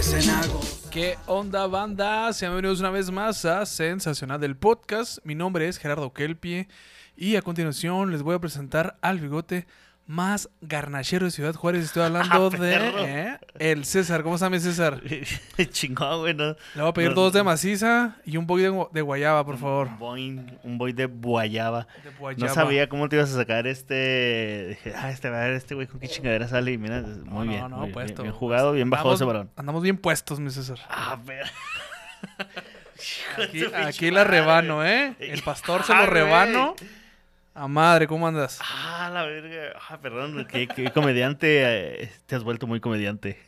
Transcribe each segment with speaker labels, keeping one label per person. Speaker 1: Cenago.
Speaker 2: ¿Qué onda, banda? Sean bienvenidos una vez más a Sensacional del Podcast. Mi nombre es Gerardo Kelpie y a continuación les voy a presentar al bigote más garnachero de Ciudad Juárez. Estoy hablando de
Speaker 3: Ah, perro.
Speaker 2: ¿eh? el César. ¿Cómo está mi César?
Speaker 3: Chingón, güey. ¿no?
Speaker 2: Le voy a pedir
Speaker 3: No, Mm.
Speaker 2: dos de maciza y un poquito de gu- de guayaba, por favor.
Speaker 3: Un boing, un boy de guayaba.
Speaker 2: De
Speaker 3: No
Speaker 2: guayaba.
Speaker 3: sabía cómo te ibas a sacar este. Dije, ah, este, a ver, este güey con qué chingadera sale. Y mira, muy
Speaker 2: no,
Speaker 3: bien.
Speaker 2: no, pues
Speaker 3: muy bien,
Speaker 2: puesto,
Speaker 3: bien jugado, bien bajado
Speaker 2: Andamos-
Speaker 3: ese balón.
Speaker 2: Andamos bien puestos, mi César.
Speaker 3: Ah, pero.
Speaker 2: Aquí, aquí la rebano, ¿eh? El pastor se lo
Speaker 3: Ah, güey.
Speaker 2: rebano. A madre, ¿cómo andas?
Speaker 3: Ah, la verga. Ah, perdón, qué, qué comediante. eh, Te has vuelto muy comediante.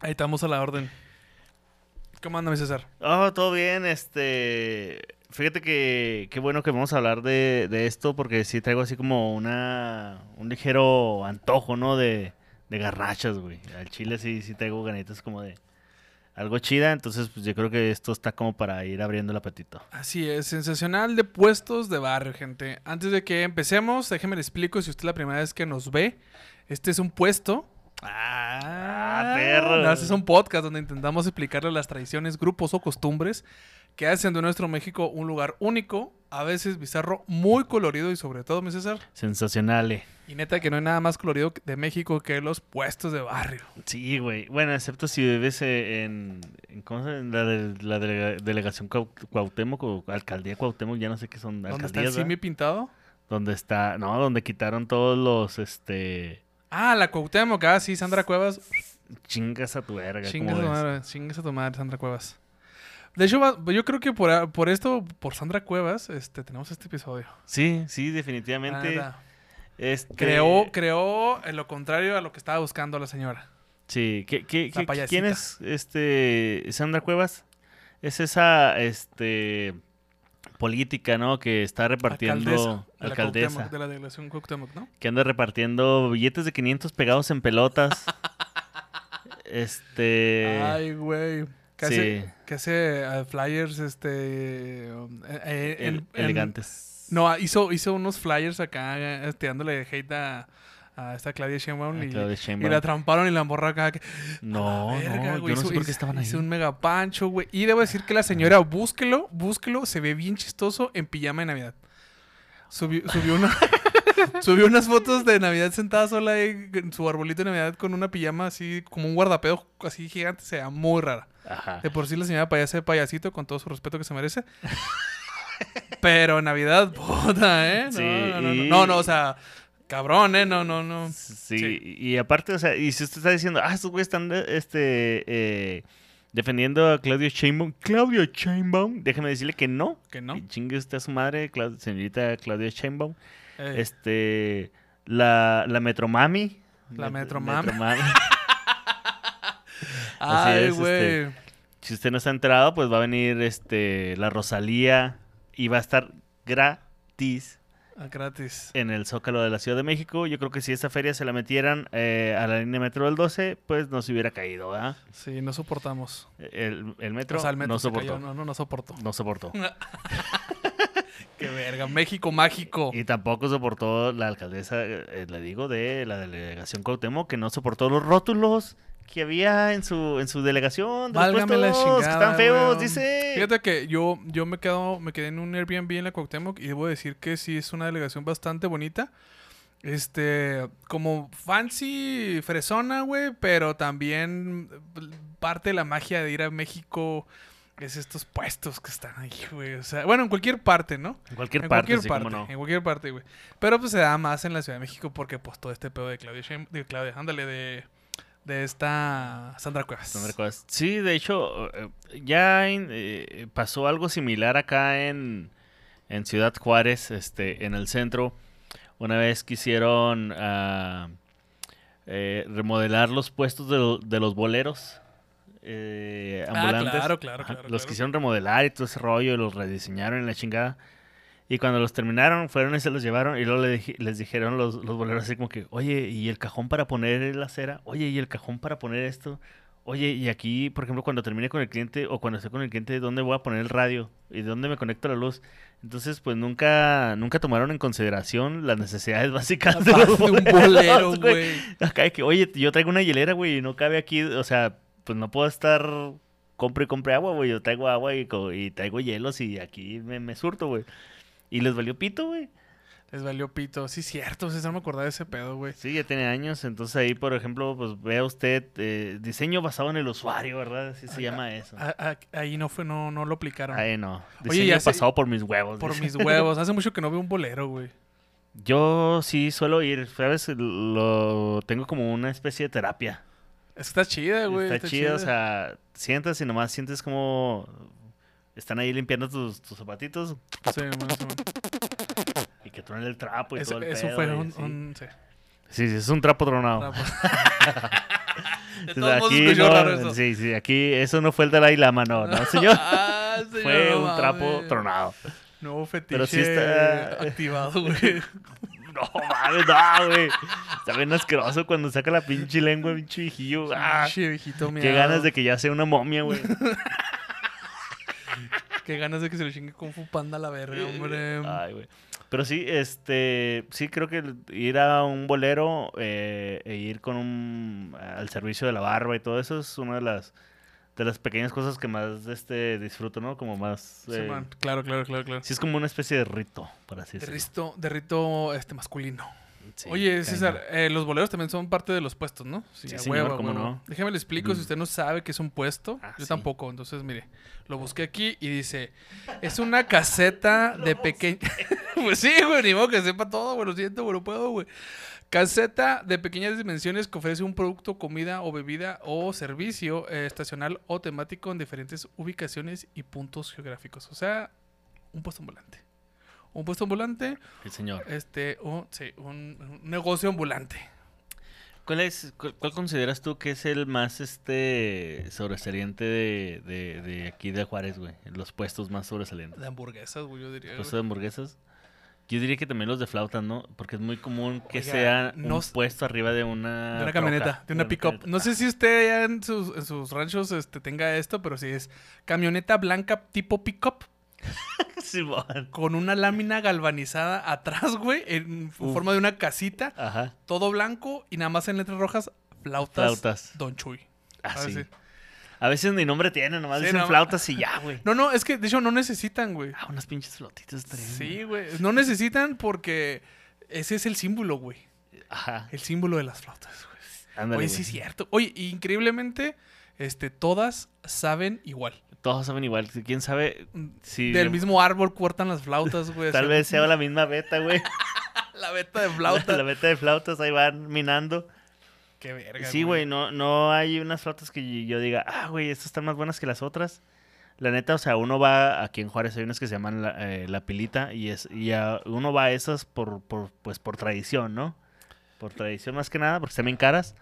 Speaker 2: Ahí estamos a la orden. ¿Cómo anda, mi César?
Speaker 3: Oh, todo bien, este... Fíjate que qué bueno que vamos a hablar de, de esto porque sí traigo así como una... un ligero antojo, ¿no? De, de garrachas, güey. Al chile sí, sí traigo ganitas como de algo chida, entonces pues yo creo que esto está como para ir abriendo el apetito.
Speaker 2: Así es, sensacional de puestos de barrio, gente. Antes de que empecemos, déjeme le explico si usted es la primera vez que nos ve. Este es un puesto.
Speaker 3: Ah, perro.
Speaker 2: No, este es un podcast donde intentamos explicarle las tradiciones, grupos o costumbres que hacen de nuestro México un lugar único, a veces bizarro, muy colorido y sobre todo, mi César.
Speaker 3: Sensacional, eh.
Speaker 2: Y neta que no hay nada más colorido que- de México que los puestos de barrio.
Speaker 3: Sí, güey. Bueno, excepto si vives eh, en... en ¿Cómo se llama? La, de- la delega- delegación Cuau- Cuauhtémoc o alcaldía Cuauhtémoc, ya no sé qué son.
Speaker 2: ¿Dónde está el
Speaker 3: alcaldías, ¿verdad?
Speaker 2: simi pintado?
Speaker 3: Donde está, no, donde quitaron todos los, este,
Speaker 2: Ah, la Cuauhtémoc, ah, sí, Sandra Cuevas.
Speaker 3: chingas a tu verga.
Speaker 2: Chingas a tu
Speaker 3: ¿cómo ves?
Speaker 2: madre, chingas a tu madre, Sandra Cuevas. De hecho, va- yo creo que por, a- por esto, por Sandra Cuevas, este, tenemos este episodio.
Speaker 3: Sí, sí,
Speaker 2: Ah, La
Speaker 3: definitivamente.
Speaker 2: neta.
Speaker 3: este,
Speaker 2: Creó, creó eh, lo contrario a lo que estaba buscando la señora.
Speaker 3: Sí, ¿qué, qué-
Speaker 2: La
Speaker 3: qué-
Speaker 2: payasita.
Speaker 3: quién es, este, Sandra Cuevas? Es esa, este, política, ¿no? Que está repartiendo,
Speaker 2: de la
Speaker 3: alcaldesa,
Speaker 2: Cuauhtémoc, de la delegación Cuauhtémoc, ¿no?
Speaker 3: que anda repartiendo billetes de 500 pegados en pelotas. este,
Speaker 2: Ay, güey. Que
Speaker 3: sí.
Speaker 2: hace, que hace, ah, flyers, este... um, eh, eh,
Speaker 3: el-
Speaker 2: en- en-
Speaker 3: elegantes.
Speaker 2: no, ah, hizo, hizo unos flyers acá, eh, este, dándole hate a, a esta Claudia Sheinbaum
Speaker 3: Ah,
Speaker 2: y,
Speaker 3: Claudia
Speaker 2: y
Speaker 3: Sheinbaum.
Speaker 2: la tramparon y la emborraron acá. que-
Speaker 3: No,
Speaker 2: Verga,
Speaker 3: no,
Speaker 2: güey,
Speaker 3: yo no
Speaker 2: hizo-
Speaker 3: sé por qué
Speaker 2: hizo-
Speaker 3: estaban ahí.
Speaker 2: hizo un mega pancho, güey. Y debo decir que la señora, búsquelo, búsquelo, se ve bien chistoso en pijama de Navidad. Subió, subió una- subió unas fotos de Navidad sentada sola ahí en su arbolito de Navidad con una pijama así, como un guardapedo así gigante, se veía muy rara.
Speaker 3: Ajá.
Speaker 2: De por sí la señora payasa de payasito, con todo su respeto que se merece. Pero en Navidad, puta, ¿eh? No,
Speaker 3: Sí,
Speaker 2: no, no, no,
Speaker 3: y-
Speaker 2: no, no, o sea, cabrón, ¿eh? No, no, no.
Speaker 3: Sí,
Speaker 2: Sí.
Speaker 3: y aparte, o sea, y si usted está diciendo, ah, estos güeyes están este, eh, defendiendo a Claudio Sheinbaum, Claudio Sheinbaum, déjeme decirle que no.
Speaker 2: Que no.
Speaker 3: Y chingue usted a su madre, Clau- señorita Claudia Sheinbaum.
Speaker 2: Eh,
Speaker 3: Este, la, la Metromami.
Speaker 2: La
Speaker 3: Met-
Speaker 2: Metromami.
Speaker 3: Metromami. así
Speaker 2: Ay,
Speaker 3: es, este,
Speaker 2: güey.
Speaker 3: si usted no está enterado, pues va a venir este, la Rosalía y va a estar gratis
Speaker 2: Ah, Gratis.
Speaker 3: en el Zócalo de la Ciudad de México. Yo creo que si esa feria se la metieran eh, a la línea metro del 12, pues no se hubiera caído, ¿verdad?
Speaker 2: Sí, no soportamos.
Speaker 3: El, el metro,
Speaker 2: o sea, el metro
Speaker 3: no
Speaker 2: se
Speaker 3: soportó.
Speaker 2: cayó, no, no, no soportó.
Speaker 3: No soportó.
Speaker 2: Qué verga, México mágico.
Speaker 3: Y tampoco soportó la alcaldesa, eh, le digo, de la delegación Cuauhtémoc, que no soportó los rótulos que había en su, en su delegación. De los
Speaker 2: Válgame la
Speaker 3: puestos, que
Speaker 2: chingada,
Speaker 3: están feos,
Speaker 2: weón.
Speaker 3: dice.
Speaker 2: Fíjate que yo, yo me quedo, me quedé en un Airbnb en la Cuauhtémoc y debo decir que sí es una delegación bastante bonita. Este, como fancy fresona, güey, pero también parte de la magia de ir a México es estos puestos que están ahí, güey. O sea, bueno, en cualquier parte, ¿no?
Speaker 3: En cualquier
Speaker 2: en
Speaker 3: parte,
Speaker 2: cualquier
Speaker 3: sí,
Speaker 2: parte,
Speaker 3: cómo no.
Speaker 2: en cualquier parte, güey. Pero pues se da más en la Ciudad de México porque pues todo este pedo de Claudia, Sheinb- de Claudia, ándale, de, de esta Sandra Cuevas.
Speaker 3: Sandra Cuevas. Sí, de hecho, eh, ya en- eh, pasó algo similar acá en, en Ciudad Juárez, este, en el centro. Una vez quisieron ah, eh, remodelar los puestos de, lo- de los boleros eh,
Speaker 2: Ah,
Speaker 3: ambulantes.
Speaker 2: claro, claro,
Speaker 3: Ajá,
Speaker 2: claro,
Speaker 3: Los
Speaker 2: claro.
Speaker 3: quisieron remodelar y todo ese rollo, y los rediseñaron en la chingada. Y cuando los terminaron, fueron y se los llevaron. Y luego le dije- les dijeron los, los boleros así como que, oye, ¿y el cajón para poner la cera? Oye, ¿y el cajón para poner esto? Oye, y aquí, por ejemplo, cuando termine con el cliente o cuando esté con el cliente, ¿dónde voy a poner el radio? ¿Y dónde me conecto la luz? Entonces, pues nunca nunca tomaron en consideración las necesidades básicas de
Speaker 2: Aparte
Speaker 3: los
Speaker 2: un
Speaker 3: boleros,
Speaker 2: bolero,
Speaker 3: güey.
Speaker 2: güey.
Speaker 3: Acá de que, oye, yo traigo una hielera, güey, y no cabe aquí, o sea, pues no puedo estar compre y compre agua, güey. Yo traigo agua y, co- y traigo hielos y aquí me, me surto, güey. Y les valió pito, güey.
Speaker 2: Les valió pito. Sí, cierto. sí, no me acordaba de ese pedo, güey.
Speaker 3: Sí, ya tiene años. Entonces ahí, por ejemplo, pues vea usted eh, diseño basado en el usuario, ¿verdad? Así se llama eso.
Speaker 2: A- a- ahí no fue, no, no lo aplicaron.
Speaker 3: Ahí no.
Speaker 2: Oye,
Speaker 3: Diseño
Speaker 2: ya sé-
Speaker 3: pasado por mis huevos.
Speaker 2: Por
Speaker 3: dice.
Speaker 2: mis huevos. Hace mucho que no veo un bolero, güey.
Speaker 3: Yo sí suelo ir, ¿sabes? Lo tengo como una especie de terapia.
Speaker 2: Es que está chida, güey.
Speaker 3: está chido, o sea, sientas y nomás sientes como están ahí limpiando tus, tus zapatitos
Speaker 2: Sí, man, sí, man.
Speaker 3: y que truena el trapo y
Speaker 2: Eso,
Speaker 3: pues, todo el
Speaker 2: eso
Speaker 3: pedo
Speaker 2: fue
Speaker 3: y
Speaker 2: un...
Speaker 3: así.
Speaker 2: un- sí.
Speaker 3: Sí, sí, es un trapo tronado.
Speaker 2: Trapo. De
Speaker 3: Entonces,
Speaker 2: todos modos
Speaker 3: Pues aquí
Speaker 2: escuchó
Speaker 3: no-
Speaker 2: raro eso.
Speaker 3: Sí, sí, aquí eso no fue el Dalai Lama, no, no, señor.
Speaker 2: Ah, señor,
Speaker 3: fue
Speaker 2: no
Speaker 3: un trapo
Speaker 2: mames.
Speaker 3: tronado.
Speaker 2: Nuevo fetiche
Speaker 3: Pero sí está-
Speaker 2: activado, güey.
Speaker 3: No, mames, no, güey. Está bien asqueroso cuando saca la pinche lengua, pinche viejillo. Ah,
Speaker 2: Pinche viejito
Speaker 3: qué
Speaker 2: miado.
Speaker 3: ganas de que ya sea una momia, güey.
Speaker 2: Qué ganas de que se lo chingue con Fu Panda a la verga, hombre.
Speaker 3: Ay, güey. Pero sí, este, sí creo que el- ir a un bolero eh, e ir con un al servicio de la barba y todo eso es una de las de las pequeñas cosas que más este disfruto, ¿no? Como más
Speaker 2: Sí,
Speaker 3: eh,
Speaker 2: man. Claro, claro, claro, claro.
Speaker 3: sí es como una especie de rito, por así
Speaker 2: de,
Speaker 3: decirlo.
Speaker 2: rito, de rito este, masculino.
Speaker 3: Sí,
Speaker 2: Oye,
Speaker 3: cañón.
Speaker 2: César, eh, los boleros también son parte de los puestos, ¿no?
Speaker 3: Sí,
Speaker 2: a
Speaker 3: señor,
Speaker 2: huevo, a
Speaker 3: cómo
Speaker 2: huevo.
Speaker 3: no.
Speaker 2: Déjame le explico si usted no sabe qué es un puesto.
Speaker 3: Ah,
Speaker 2: yo
Speaker 3: sí.
Speaker 2: tampoco. Entonces, mire, lo busqué aquí y dice: Es una caseta de pequeña. pues sí, güey, ni modo que sepa todo, güey, lo siento, güey, no puedo, güey. Caseta de pequeñas dimensiones que ofrece un producto, comida o bebida o servicio eh, estacional o temático en diferentes ubicaciones y puntos geográficos. O sea, un puesto ambulante. Un puesto ambulante
Speaker 3: Sí, señor.
Speaker 2: este, un, sí, un, un negocio ambulante.
Speaker 3: ¿Cuál es cu- cuál consideras tú que es el más este sobresaliente de, de, de aquí de Juárez, güey? Los puestos más sobresalientes.
Speaker 2: De hamburguesas, güey, yo diría.
Speaker 3: puesto
Speaker 2: güey.
Speaker 3: de hamburguesas. Yo diría que también los de flautas, ¿no? Porque es muy común que
Speaker 2: Oiga,
Speaker 3: sea
Speaker 2: no
Speaker 3: un
Speaker 2: s-
Speaker 3: puesto arriba de una...
Speaker 2: De una
Speaker 3: troca,
Speaker 2: camioneta, de una pickup.
Speaker 3: camioneta.
Speaker 2: No sé si usted allá en sus, en sus ranchos este, tenga esto, pero si es camioneta blanca tipo pickup
Speaker 3: Simón.
Speaker 2: con una lámina galvanizada atrás, güey, en f-
Speaker 3: Uf.
Speaker 2: forma de una casita,
Speaker 3: Ajá.
Speaker 2: todo blanco y nada más en letras rojas, flautas,
Speaker 3: Flautas.
Speaker 2: Don Chuy.
Speaker 3: Ah,
Speaker 2: Ah,
Speaker 3: sí.
Speaker 2: sí.
Speaker 3: A veces ni nombre tienen, nomás
Speaker 2: Sí,
Speaker 3: dicen
Speaker 2: no-
Speaker 3: flautas y ya, güey.
Speaker 2: No, no, es que de hecho no necesitan, güey.
Speaker 3: Ah, unas pinches flautitas. estarían-
Speaker 2: Sí, güey. No necesitan porque ese es el símbolo, güey.
Speaker 3: Ajá.
Speaker 2: El símbolo de las flautas, güey.
Speaker 3: Ándale,
Speaker 2: Oye,
Speaker 3: güey.
Speaker 2: sí es cierto. Oye, increíblemente, este, todas saben igual.
Speaker 3: Todos saben igual. ¿Quién sabe si...
Speaker 2: Mm, Del mismo árbol cortan las flautas, güey.
Speaker 3: Tal
Speaker 2: así, "Ah,
Speaker 3: vez sea la misma beta, güey.
Speaker 2: La beta de
Speaker 3: La,
Speaker 2: flauta.
Speaker 3: la beta de flautas, ahí van minando.
Speaker 2: Qué verga.
Speaker 3: Sí, güey, no, no hay unas flautas que yo diga, ah, güey, estas están más buenas que las otras. La neta, o sea, uno va, aquí en Juárez hay unas que se llaman la, eh, la pilita y, es, y a- uno va a esas por, por, pues, por tradición, ¿no? Por tradición más que nada, porque están bien caras.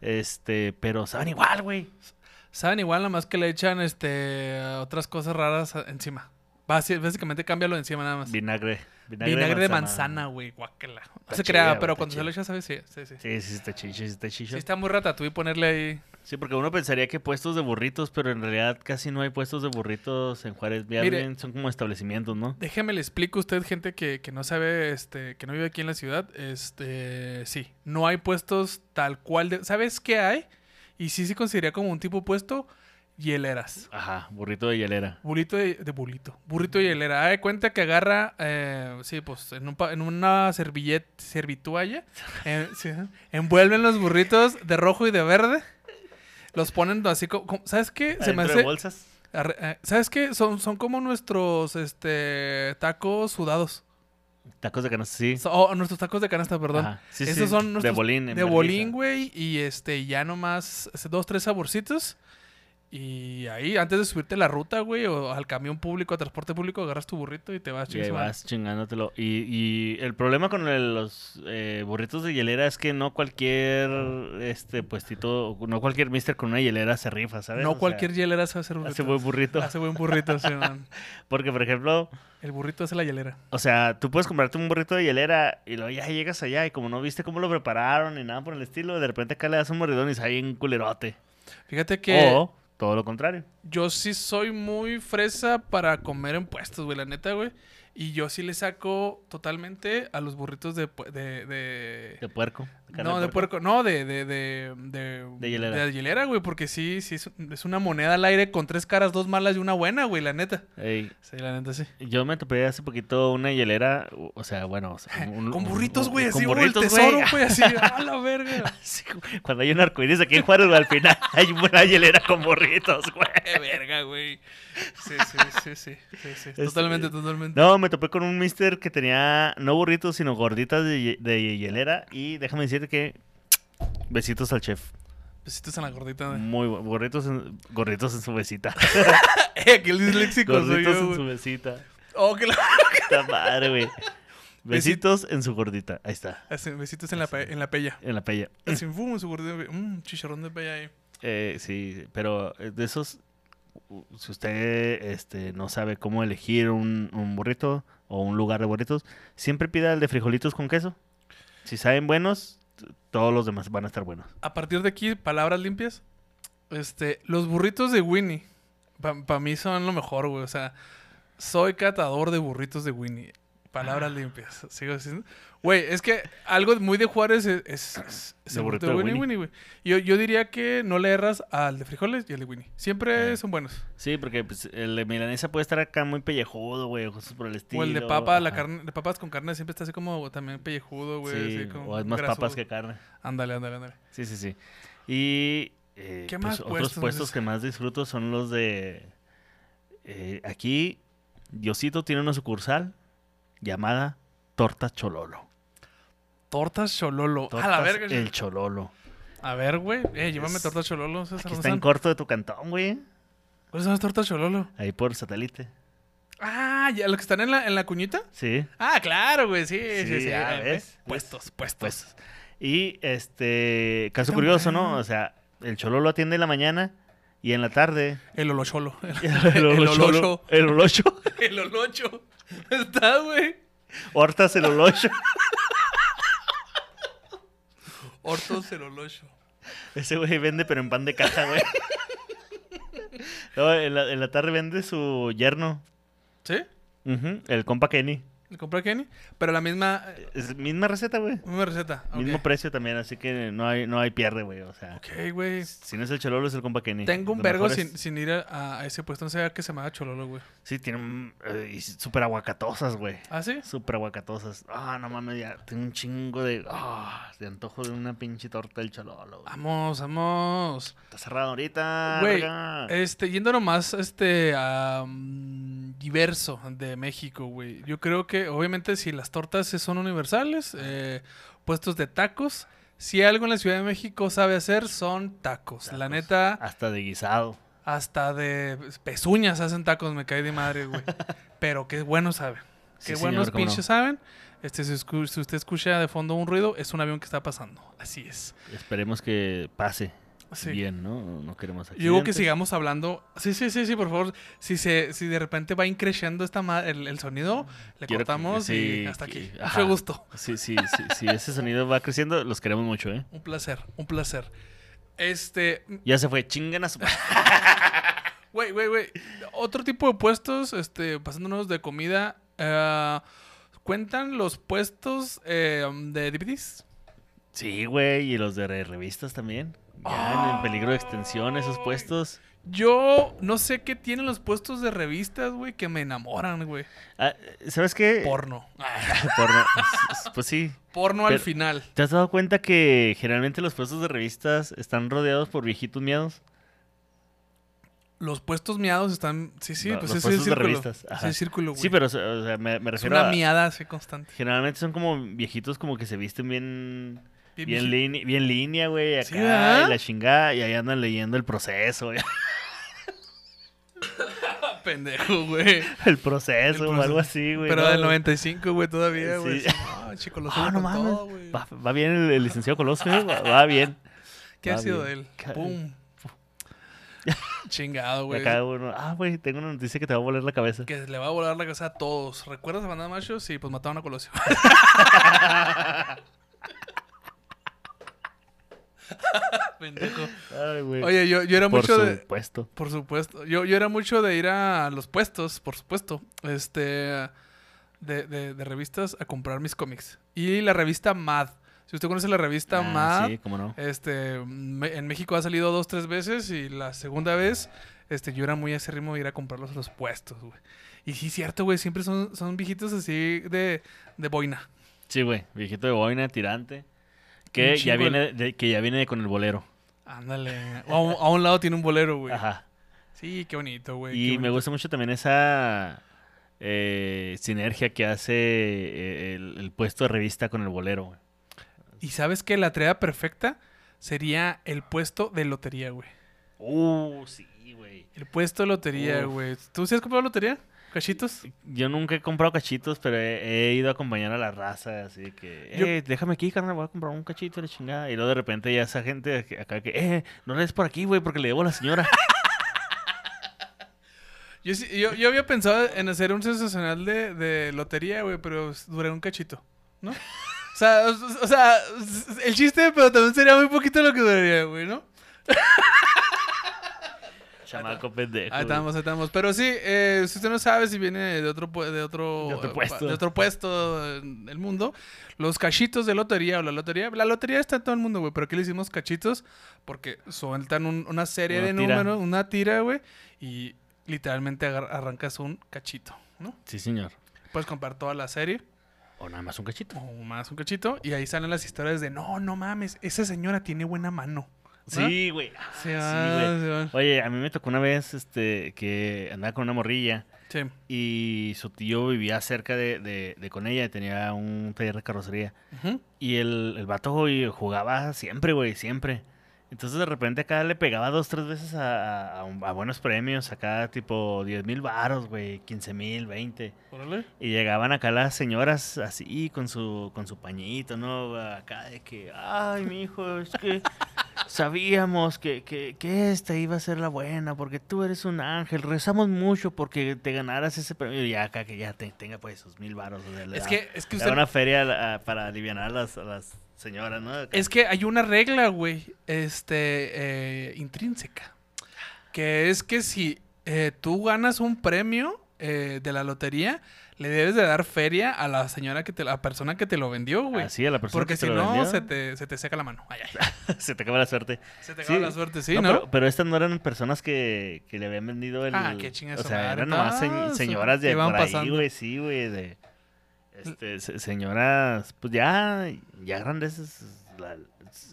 Speaker 3: Este, pero saben igual, güey.
Speaker 2: Saben igual, nada más que le echan este otras cosas raras a- encima. Basi- Básicamente cámbialo encima nada más.
Speaker 3: Vinagre.
Speaker 2: Vinagre, de manzana, güey, guácala. No se
Speaker 3: chida,
Speaker 2: crea,
Speaker 3: güey,
Speaker 2: pero
Speaker 3: está
Speaker 2: cuando se lo
Speaker 3: chida.
Speaker 2: echa, ¿sabes? Sí, sí, sí. Sí,
Speaker 3: Sí, sí, está chicho, sí, está chicho.
Speaker 2: está muy ratatouille ponerle ahí.
Speaker 3: Sí, porque uno pensaría que puestos de burritos, pero en realidad casi no hay puestos de burritos en Juárez. Ya
Speaker 2: Mire.
Speaker 3: bien, son como establecimientos, ¿no?
Speaker 2: Déjeme le explico a usted, gente que, que no sabe, este, que no vive aquí en la ciudad. Este, sí, no hay puestos tal cual de. ¿Sabes qué hay? Y sí se considera como un tipo puesto, hieleras.
Speaker 3: Ajá, burrito de hielera.
Speaker 2: Burrito de, de bulito. Burrito de hielera. Haz de cuenta que agarra, eh, sí, pues, en, un pa- en una servilleta, servitualla. eh, sí, ajá. envuelven los burritos de rojo y de verde. Los ponen así co- como. ¿Sabes qué? Se me
Speaker 3: Adentro
Speaker 2: hace.
Speaker 3: de bolsas.
Speaker 2: Arre- eh, ¿Sabes qué? Son, son como nuestros este, tacos sudados.
Speaker 3: Tacos de canasta, sí.
Speaker 2: So- o oh, nuestros tacos de canasta, perdón.
Speaker 3: Ajá, sí,
Speaker 2: Estos
Speaker 3: sí,
Speaker 2: son
Speaker 3: de
Speaker 2: nuestros
Speaker 3: bolín. en
Speaker 2: de
Speaker 3: verniza.
Speaker 2: bolín, güey. Y este, ya nomás hace dos, tres saborcitos. Y ahí, antes de subirte a la ruta, güey, o al camión público, a transporte público, agarras tu burrito y te vas.
Speaker 3: Y ahí
Speaker 2: chingas, madre.
Speaker 3: vas chingándotelo. Y, y el problema con el- los eh, burritos de hielera es que no cualquier este puestito, no cualquier mister con una hielera se rifa, ¿sabes? O
Speaker 2: No
Speaker 3: sea,
Speaker 2: cualquier hielera se hace burrito.
Speaker 3: hace buen burrito.
Speaker 2: Hace buen burrito, sí, man.
Speaker 3: Porque, por ejemplo,
Speaker 2: El burrito hace la hielera.
Speaker 3: o sea, tú puedes comprarte un burrito de hielera y luego ya llegas allá y como no viste cómo lo prepararon ni nada por el estilo, de repente acá le das un mordidón y sale un culerote.
Speaker 2: Fíjate que
Speaker 3: O todo lo contrario.
Speaker 2: yo sí soy muy fresa para comer en puestos, güey, la neta, güey. Y yo sí le saco totalmente a los burritos de... pu- de- de-
Speaker 3: De puerco. carne
Speaker 2: no, de puerco, no, de... de, de, de
Speaker 3: De hielera.
Speaker 2: De hielera, güey, porque sí, sí, es, un- es una moneda al aire con tres caras, dos malas y una buena, güey, la neta.
Speaker 3: Ey,
Speaker 2: Sí, la neta, sí.
Speaker 3: yo me topé hace poquito una hielera, o- o sea, bueno, o sea, un-
Speaker 2: Con
Speaker 3: un-
Speaker 2: burritos,
Speaker 3: un-
Speaker 2: güey,
Speaker 3: con
Speaker 2: así, güey, el
Speaker 3: burritos,
Speaker 2: tesoro, güey, así, a la verga.
Speaker 3: Así como Cuando hay un arcoíris aquí en Juárez, güey, al final hay una hielera con burritos, güey.
Speaker 2: Qué verga, güey. Sí, sí, sí, sí, sí, sí. Totalmente, totalmente.
Speaker 3: Este, No, me topé con un mister que tenía no burritos, sino gorditas de, hie- de hielera. Y déjame decirte que. Besitos al chef.
Speaker 2: Besitos en la gordita. güey.
Speaker 3: Muy bu- gorritos en, gorritos en su besita.
Speaker 2: Eh, que el disléxico soy
Speaker 3: Gorditos
Speaker 2: yo,
Speaker 3: en su
Speaker 2: güey.
Speaker 3: besita.
Speaker 2: Oh, que la...
Speaker 3: Puta madre, güey. Besitos en su gordita. Ahí está.
Speaker 2: Así, besitos en la, pe- en la pella.
Speaker 3: En la pella.
Speaker 2: Así, fum, su gordita. Un chicharrón de pella ahí.
Speaker 3: Eh, sí, pero eh, de esos, u- si usted este, no sabe cómo elegir un, un burrito o un lugar de burritos, siempre pida el de frijolitos con queso. Si saben buenos, t- todos los demás van a estar buenos.
Speaker 2: A partir de aquí, palabras limpias. Este, los burritos de Winnie. Para mí son lo mejor, güey. O sea, soy catador de burritos de Winnie. Palabras
Speaker 3: Ah.
Speaker 2: limpias. Sigo diciendo. Güey, es que algo muy de Juárez es, es- es- es
Speaker 3: El
Speaker 2: el burrito
Speaker 3: burrito
Speaker 2: de
Speaker 3: de
Speaker 2: Winnie,
Speaker 3: Winnie.
Speaker 2: Winnie, güey. Yo, yo diría que no le erras al de frijoles y al de Winnie. Siempre
Speaker 3: Eh.
Speaker 2: son buenos.
Speaker 3: Sí, porque pues, el de milanesa puede estar acá muy pellejudo, güey, o cosas por el estilo.
Speaker 2: o el de papa, la
Speaker 3: ajá.
Speaker 2: carne, de papas con carne siempre está así como también pellejudo, güey.
Speaker 3: Sí,
Speaker 2: así como
Speaker 3: o es más
Speaker 2: grasudo.
Speaker 3: papas que carne.
Speaker 2: Ándale, ándale, ándale.
Speaker 3: Sí, sí, sí. Y eh,
Speaker 2: ¿Qué
Speaker 3: pues,
Speaker 2: más
Speaker 3: otros
Speaker 2: puestos
Speaker 3: puestos
Speaker 2: dices?
Speaker 3: que más disfruto son los de... eh, aquí, Diosito tiene una sucursal llamada Tortas Chololo.
Speaker 2: Tortas chololo. a la
Speaker 3: Tortas
Speaker 2: verga.
Speaker 3: El Chololo.
Speaker 2: A ver, güey. Eh, llévame
Speaker 3: Es-
Speaker 2: tortas chololo. César,
Speaker 3: Aquí
Speaker 2: ¿dónde
Speaker 3: está en
Speaker 2: están?
Speaker 3: corto de tu cantón, güey.
Speaker 2: ¿Cuáles son las tortas chololo?
Speaker 3: Ahí por satélite.
Speaker 2: Ah, ya, los que están en la, en la cuñita.
Speaker 3: Sí,
Speaker 2: Ah, claro, güey, sí, sí, sí.
Speaker 3: Sí, ah,
Speaker 2: eh,
Speaker 3: ¿ves?
Speaker 2: eh, Puestos, puestos.
Speaker 3: pues. Y este, caso
Speaker 2: Está
Speaker 3: curioso, ¿no?
Speaker 2: bueno.
Speaker 3: O sea, el Chololo atiende en la mañana y en la tarde...
Speaker 2: El olocholo.
Speaker 3: El
Speaker 2: olocho.
Speaker 3: Olocho. El Olocho.
Speaker 2: El olocho. Está, güey.
Speaker 3: Hortas el Olocho.
Speaker 2: Hortos el olocho.
Speaker 3: Ese güey vende, pero en pan de caja, güey. No, en la, en la tarde vende su yerno,
Speaker 2: ¿Sí?
Speaker 3: Ujú, el compa Kenny.
Speaker 2: ¿Le compré a Kenny? Pero la misma, eh,
Speaker 3: Es misma receta, güey.
Speaker 2: misma receta. ok.
Speaker 3: Mismo precio también, así que no hay, no hay pierde, güey. O sea,
Speaker 2: Ok, güey.
Speaker 3: si no es el Chololo, es el compa Kenny.
Speaker 2: Tengo un
Speaker 3: Lo
Speaker 2: vergo
Speaker 3: mejor es-
Speaker 2: sin, sin ir a, a ese puesto. No sé a qué se me haga chololo, güey.
Speaker 3: Sí, tienen eh, y súper aguacatosas, güey.
Speaker 2: ¿Ah, sí?
Speaker 3: Súper aguacatosas. Ah, no mames, ya tengo un chingo de... Ah, de antojo de una pinche torta del Chololo, güey.
Speaker 2: Vamos, vamos.
Speaker 3: Está cerrado ahorita,
Speaker 2: Ah. Güey,
Speaker 3: verga.
Speaker 2: Este, yendo nomás este, a mm, diverso de México, güey. Yo creo que, obviamente, si las tortas son universales, eh, puestos de tacos. Si algo en la Ciudad de México sabe hacer, son tacos. La
Speaker 3: Tacos.
Speaker 2: neta,
Speaker 3: Hasta de guisado.
Speaker 2: hasta de pezuñas hacen tacos, me cae de madre, güey. Pero qué bueno saben.
Speaker 3: Sí,
Speaker 2: Qué
Speaker 3: señor,
Speaker 2: buenos
Speaker 3: cómo no.
Speaker 2: pinches saben. Este, si, escu- si usted escucha de fondo un ruido, es un avión que está pasando. Así es.
Speaker 3: Esperemos que pase
Speaker 2: Sí.
Speaker 3: bien, ¿no? No queremos
Speaker 2: Yo digo que
Speaker 3: accidentes.
Speaker 2: sigamos hablando. Sí, sí, sí, sí, por favor. Si se, si de repente va increciendo esta ma- el, el sonido, le
Speaker 3: Quiero que-
Speaker 2: cortamos
Speaker 3: sí,
Speaker 2: y hasta aquí.
Speaker 3: que- ajá.
Speaker 2: Mucho gusto.
Speaker 3: Sí, sí, sí, sí, ese sonido va creciendo, los queremos mucho, ¿eh?
Speaker 2: Un placer, un placer. Este,
Speaker 3: Ya se fue, chingan a su...
Speaker 2: güey, güey, güey. Otro tipo de puestos, este, pasándonos de comida. eh, ¿Cuentan los puestos eh, de DVDs?
Speaker 3: Sí, güey, y los de re- revistas también. Ya
Speaker 2: Ah.
Speaker 3: en peligro de extensión esos puestos.
Speaker 2: Yo no sé qué tienen los puestos de revistas, güey, que me enamoran, güey.
Speaker 3: Ah, ¿Sabes qué?
Speaker 2: Porno. Ah,
Speaker 3: Porno. S- Pues sí.
Speaker 2: Porno al
Speaker 3: Pero-
Speaker 2: final.
Speaker 3: ¿Te has dado cuenta que generalmente los puestos de revistas están rodeados por viejitos miedos?
Speaker 2: Los puestos miados están. Sí, sí,
Speaker 3: No,
Speaker 2: pues
Speaker 3: los
Speaker 2: ese es el
Speaker 3: puestos de
Speaker 2: círculo.
Speaker 3: revistas,
Speaker 2: Ese
Speaker 3: ajá.
Speaker 2: es el círculo, güey.
Speaker 3: Sí, pero o sea, o sea, me, me
Speaker 2: es
Speaker 3: refiero
Speaker 2: una
Speaker 3: a...
Speaker 2: miada así constante.
Speaker 3: Generalmente son como viejitos como que se visten bien...
Speaker 2: Bien
Speaker 3: Bien,
Speaker 2: vigil-
Speaker 3: línea- bien línea, güey, acá,
Speaker 2: Sí, ¿verdad?
Speaker 3: y la chingada, y ahí andan leyendo el proceso, güey.
Speaker 2: pendejo, güey.
Speaker 3: el proceso
Speaker 2: El
Speaker 3: o
Speaker 2: proceso.
Speaker 3: algo así, güey.
Speaker 2: Pero
Speaker 3: ¿no?
Speaker 2: del 95, güey, todavía,
Speaker 3: Sí.
Speaker 2: güey. Sí. No, chico, lo
Speaker 3: Ah,
Speaker 2: subo
Speaker 3: no
Speaker 2: con
Speaker 3: mames.
Speaker 2: todo, güey.
Speaker 3: Va, va bien el, el licenciado Colosio, ¿eh? va, va bien.
Speaker 2: ¿Qué ha
Speaker 3: va
Speaker 2: sido
Speaker 3: bien.
Speaker 2: de él?
Speaker 3: Ca-
Speaker 2: Pum. Chingado,
Speaker 3: Y
Speaker 2: güey.
Speaker 3: acá uno, ah, güey, tengo una noticia que te va a volar la cabeza.
Speaker 2: Que le va a volar la cabeza a todos. ¿Recuerdas a Bandana Macho? Sí, pues mataron a Colosio. Pendejo.
Speaker 3: Ay, güey.
Speaker 2: Oye, yo, yo era
Speaker 3: por
Speaker 2: mucho de.
Speaker 3: supuesto.
Speaker 2: Por supuesto. Yo, yo era mucho de ir a los puestos, por supuesto. Este. de, de- de revistas a comprar mis cómics. Y la revista Mad. Si usted conoce la revista
Speaker 3: Ah,
Speaker 2: Mad,
Speaker 3: Sí, cómo no.
Speaker 2: este, me- en México ha salido dos, tres veces y la segunda vez este, yo era muy acérrimo de ir a comprarlos a los puestos, güey. Y sí, cierto, güey, siempre son, son viejitos así de, de boina.
Speaker 3: Sí, güey. Viejito de boina, tirante. Que
Speaker 2: Un
Speaker 3: ya,
Speaker 2: chingo de-
Speaker 3: viene de- que ya viene con el bolero.
Speaker 2: Ándale. O A un, a un lado tiene un bolero, güey.
Speaker 3: Ajá.
Speaker 2: Sí, qué bonito, güey.
Speaker 3: Y
Speaker 2: qué
Speaker 3: me
Speaker 2: bonito.
Speaker 3: gusta mucho también esa eh, sinergia que hace eh, el, el puesto de revista con el bolero, güey.
Speaker 2: Y sabes que la tarea perfecta sería el puesto de lotería, güey.
Speaker 3: Uh, sí, güey.
Speaker 2: El puesto de lotería,
Speaker 3: Uf.
Speaker 2: güey. ¿Tú sí has comprado lotería? ¿Cachitos?
Speaker 3: Yo nunca he comprado cachitos, pero he, he ido a acompañar a la raza, así de que,
Speaker 2: Yo-
Speaker 3: eh, déjame aquí, carnal, voy a comprar un cachito, de la chingada. Y luego de repente ya esa gente ac- acá que, eh, no le des por aquí, güey, porque le debo a la señora.
Speaker 2: Yo, sí- yo, yo había pensado en hacer un sensacional de, de lotería, güey, pero s- duré un cachito, ¿no? O sea, o, o sea, s- el chiste, pero también sería muy poquito lo que duraría, güey, ¿no?
Speaker 3: Chamaco pendejo.
Speaker 2: Ahí
Speaker 3: güey.
Speaker 2: estamos, ahí estamos. Pero sí, eh, si usted no sabe si viene de otro, pue- de otro,
Speaker 3: De otro
Speaker 2: eh,
Speaker 3: puesto.
Speaker 2: de otro puesto en el mundo, los cachitos de lotería o la lotería, la lotería está en todo el mundo, güey, pero aquí le hicimos cachitos porque sueltan un- una serie
Speaker 3: Una
Speaker 2: de
Speaker 3: tira.
Speaker 2: números, una tira, güey, y literalmente agar- arrancas un cachito, ¿no?
Speaker 3: Sí, señor.
Speaker 2: Puedes comprar toda la serie
Speaker 3: O nada más un cachito.
Speaker 2: o más un cachito y ahí salen las historias de, no, no mames, esa señora tiene buena mano.
Speaker 3: Sí, güey.
Speaker 2: Sí,
Speaker 3: Sí, güey.
Speaker 2: ah,
Speaker 3: Oye, a mí me tocó una vez este, que andaba con una morrilla
Speaker 2: sí, sí.
Speaker 3: y su tío vivía cerca de, de- de con ella, tenía un taller de carrocería.
Speaker 2: Ujú.
Speaker 3: Y el, el vato güey, jugaba siempre, güey, siempre. Entonces de repente acá le pegaba dos, tres veces a, a- a un- a buenos premios, acá tipo 10 mil varos, güey, 15 mil, 20.
Speaker 2: Órale.
Speaker 3: Y llegaban acá las señoras así, con su, con su pañito, ¿no? Acá de que, ay, mi hijo, es que sabíamos que, que, que esta iba a ser la buena, porque tú eres un ángel, rezamos mucho porque te ganaras ese premio. Y ya acá que ya te- tenga pues sus mil varos. o sea, le
Speaker 2: Es
Speaker 3: da-
Speaker 2: que, es que
Speaker 3: le
Speaker 2: usted
Speaker 3: da una feria a la- a- para aliviar a las, a las señoras, ¿no? Acá.
Speaker 2: Es que hay una regla, güey, este, eh, intrínseca. Que es que si eh, tú ganas un premio eh, de la lotería, le debes de dar feria a la señora que te, la persona que te lo vendió, güey.
Speaker 3: Así a la persona
Speaker 2: Porque
Speaker 3: que te
Speaker 2: si
Speaker 3: lo vendió,
Speaker 2: no, se te, se te seca la mano. Ay, ay.
Speaker 3: se te acaba la suerte.
Speaker 2: Se te
Speaker 3: Sí.
Speaker 2: acaba la suerte, sí, ¿no?
Speaker 3: No, Pero, pero estas no eran personas que, que le habían vendido el...
Speaker 2: Ah, qué chinga
Speaker 3: O
Speaker 2: su
Speaker 3: sea,
Speaker 2: madre.
Speaker 3: eran nomás se-
Speaker 2: Ah, su-
Speaker 3: señoras de
Speaker 2: que iban
Speaker 3: por ahí,
Speaker 2: pasando.
Speaker 3: güey, sí, güey, de... Este, se- señoras, pues ya, ya grandes, es- la-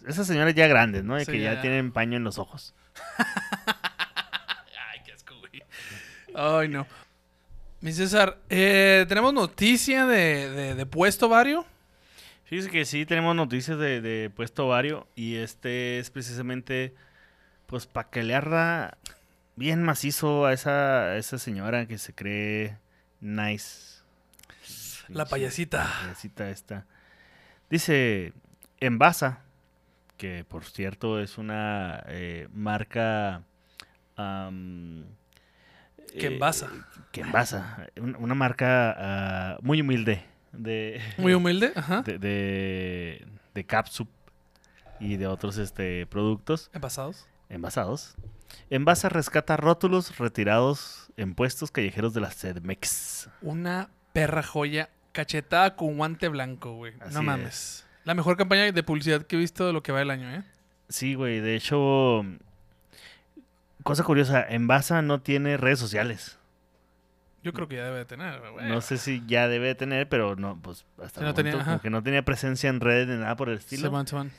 Speaker 3: esas señoras ya grandes, ¿no? De
Speaker 2: Sí,
Speaker 3: que ya,
Speaker 2: ya.
Speaker 3: tienen paño en los ojos.
Speaker 2: Ay, qué asco, güey. Ay, no. Mi César, eh, tenemos noticia de, de, de puesto vario.
Speaker 3: Fíjese que sí tenemos noticias de, de puesto vario y este es precisamente, pues, para que le arda bien macizo a esa, a esa señora que se cree nice.
Speaker 2: La
Speaker 3: Pinche
Speaker 2: payasita.
Speaker 3: payasita esta. Dice, Envasa, que por cierto es una eh, marca... am,
Speaker 2: Que
Speaker 3: eh,
Speaker 2: envasa.
Speaker 3: que envasa. Un- Una marca ah, muy humilde. De,
Speaker 2: Muy humilde. Ajá.
Speaker 3: de, de, de Capsup y de otros este, productos
Speaker 2: Pasados.
Speaker 3: envasados. Envasa rescata rótulos retirados en puestos callejeros de la CEDMEX.
Speaker 2: Una perra joya cachetada con guante blanco, güey.
Speaker 3: Así
Speaker 2: No mames. La mejor campaña de publicidad que he visto de lo que va del año, ¿eh?
Speaker 3: Sí, güey, de hecho, cosa curiosa, Envasa no tiene redes sociales.
Speaker 2: Yo creo que ya debe de tener, güey.
Speaker 3: No sé si ya debe de tener, pero no, pues hasta
Speaker 2: Sí,
Speaker 3: el
Speaker 2: no
Speaker 3: momento
Speaker 2: tenía,
Speaker 3: como
Speaker 2: ajá.
Speaker 3: que no tenía presencia en redes ni nada por el
Speaker 2: Se
Speaker 3: estilo.
Speaker 2: van, se van.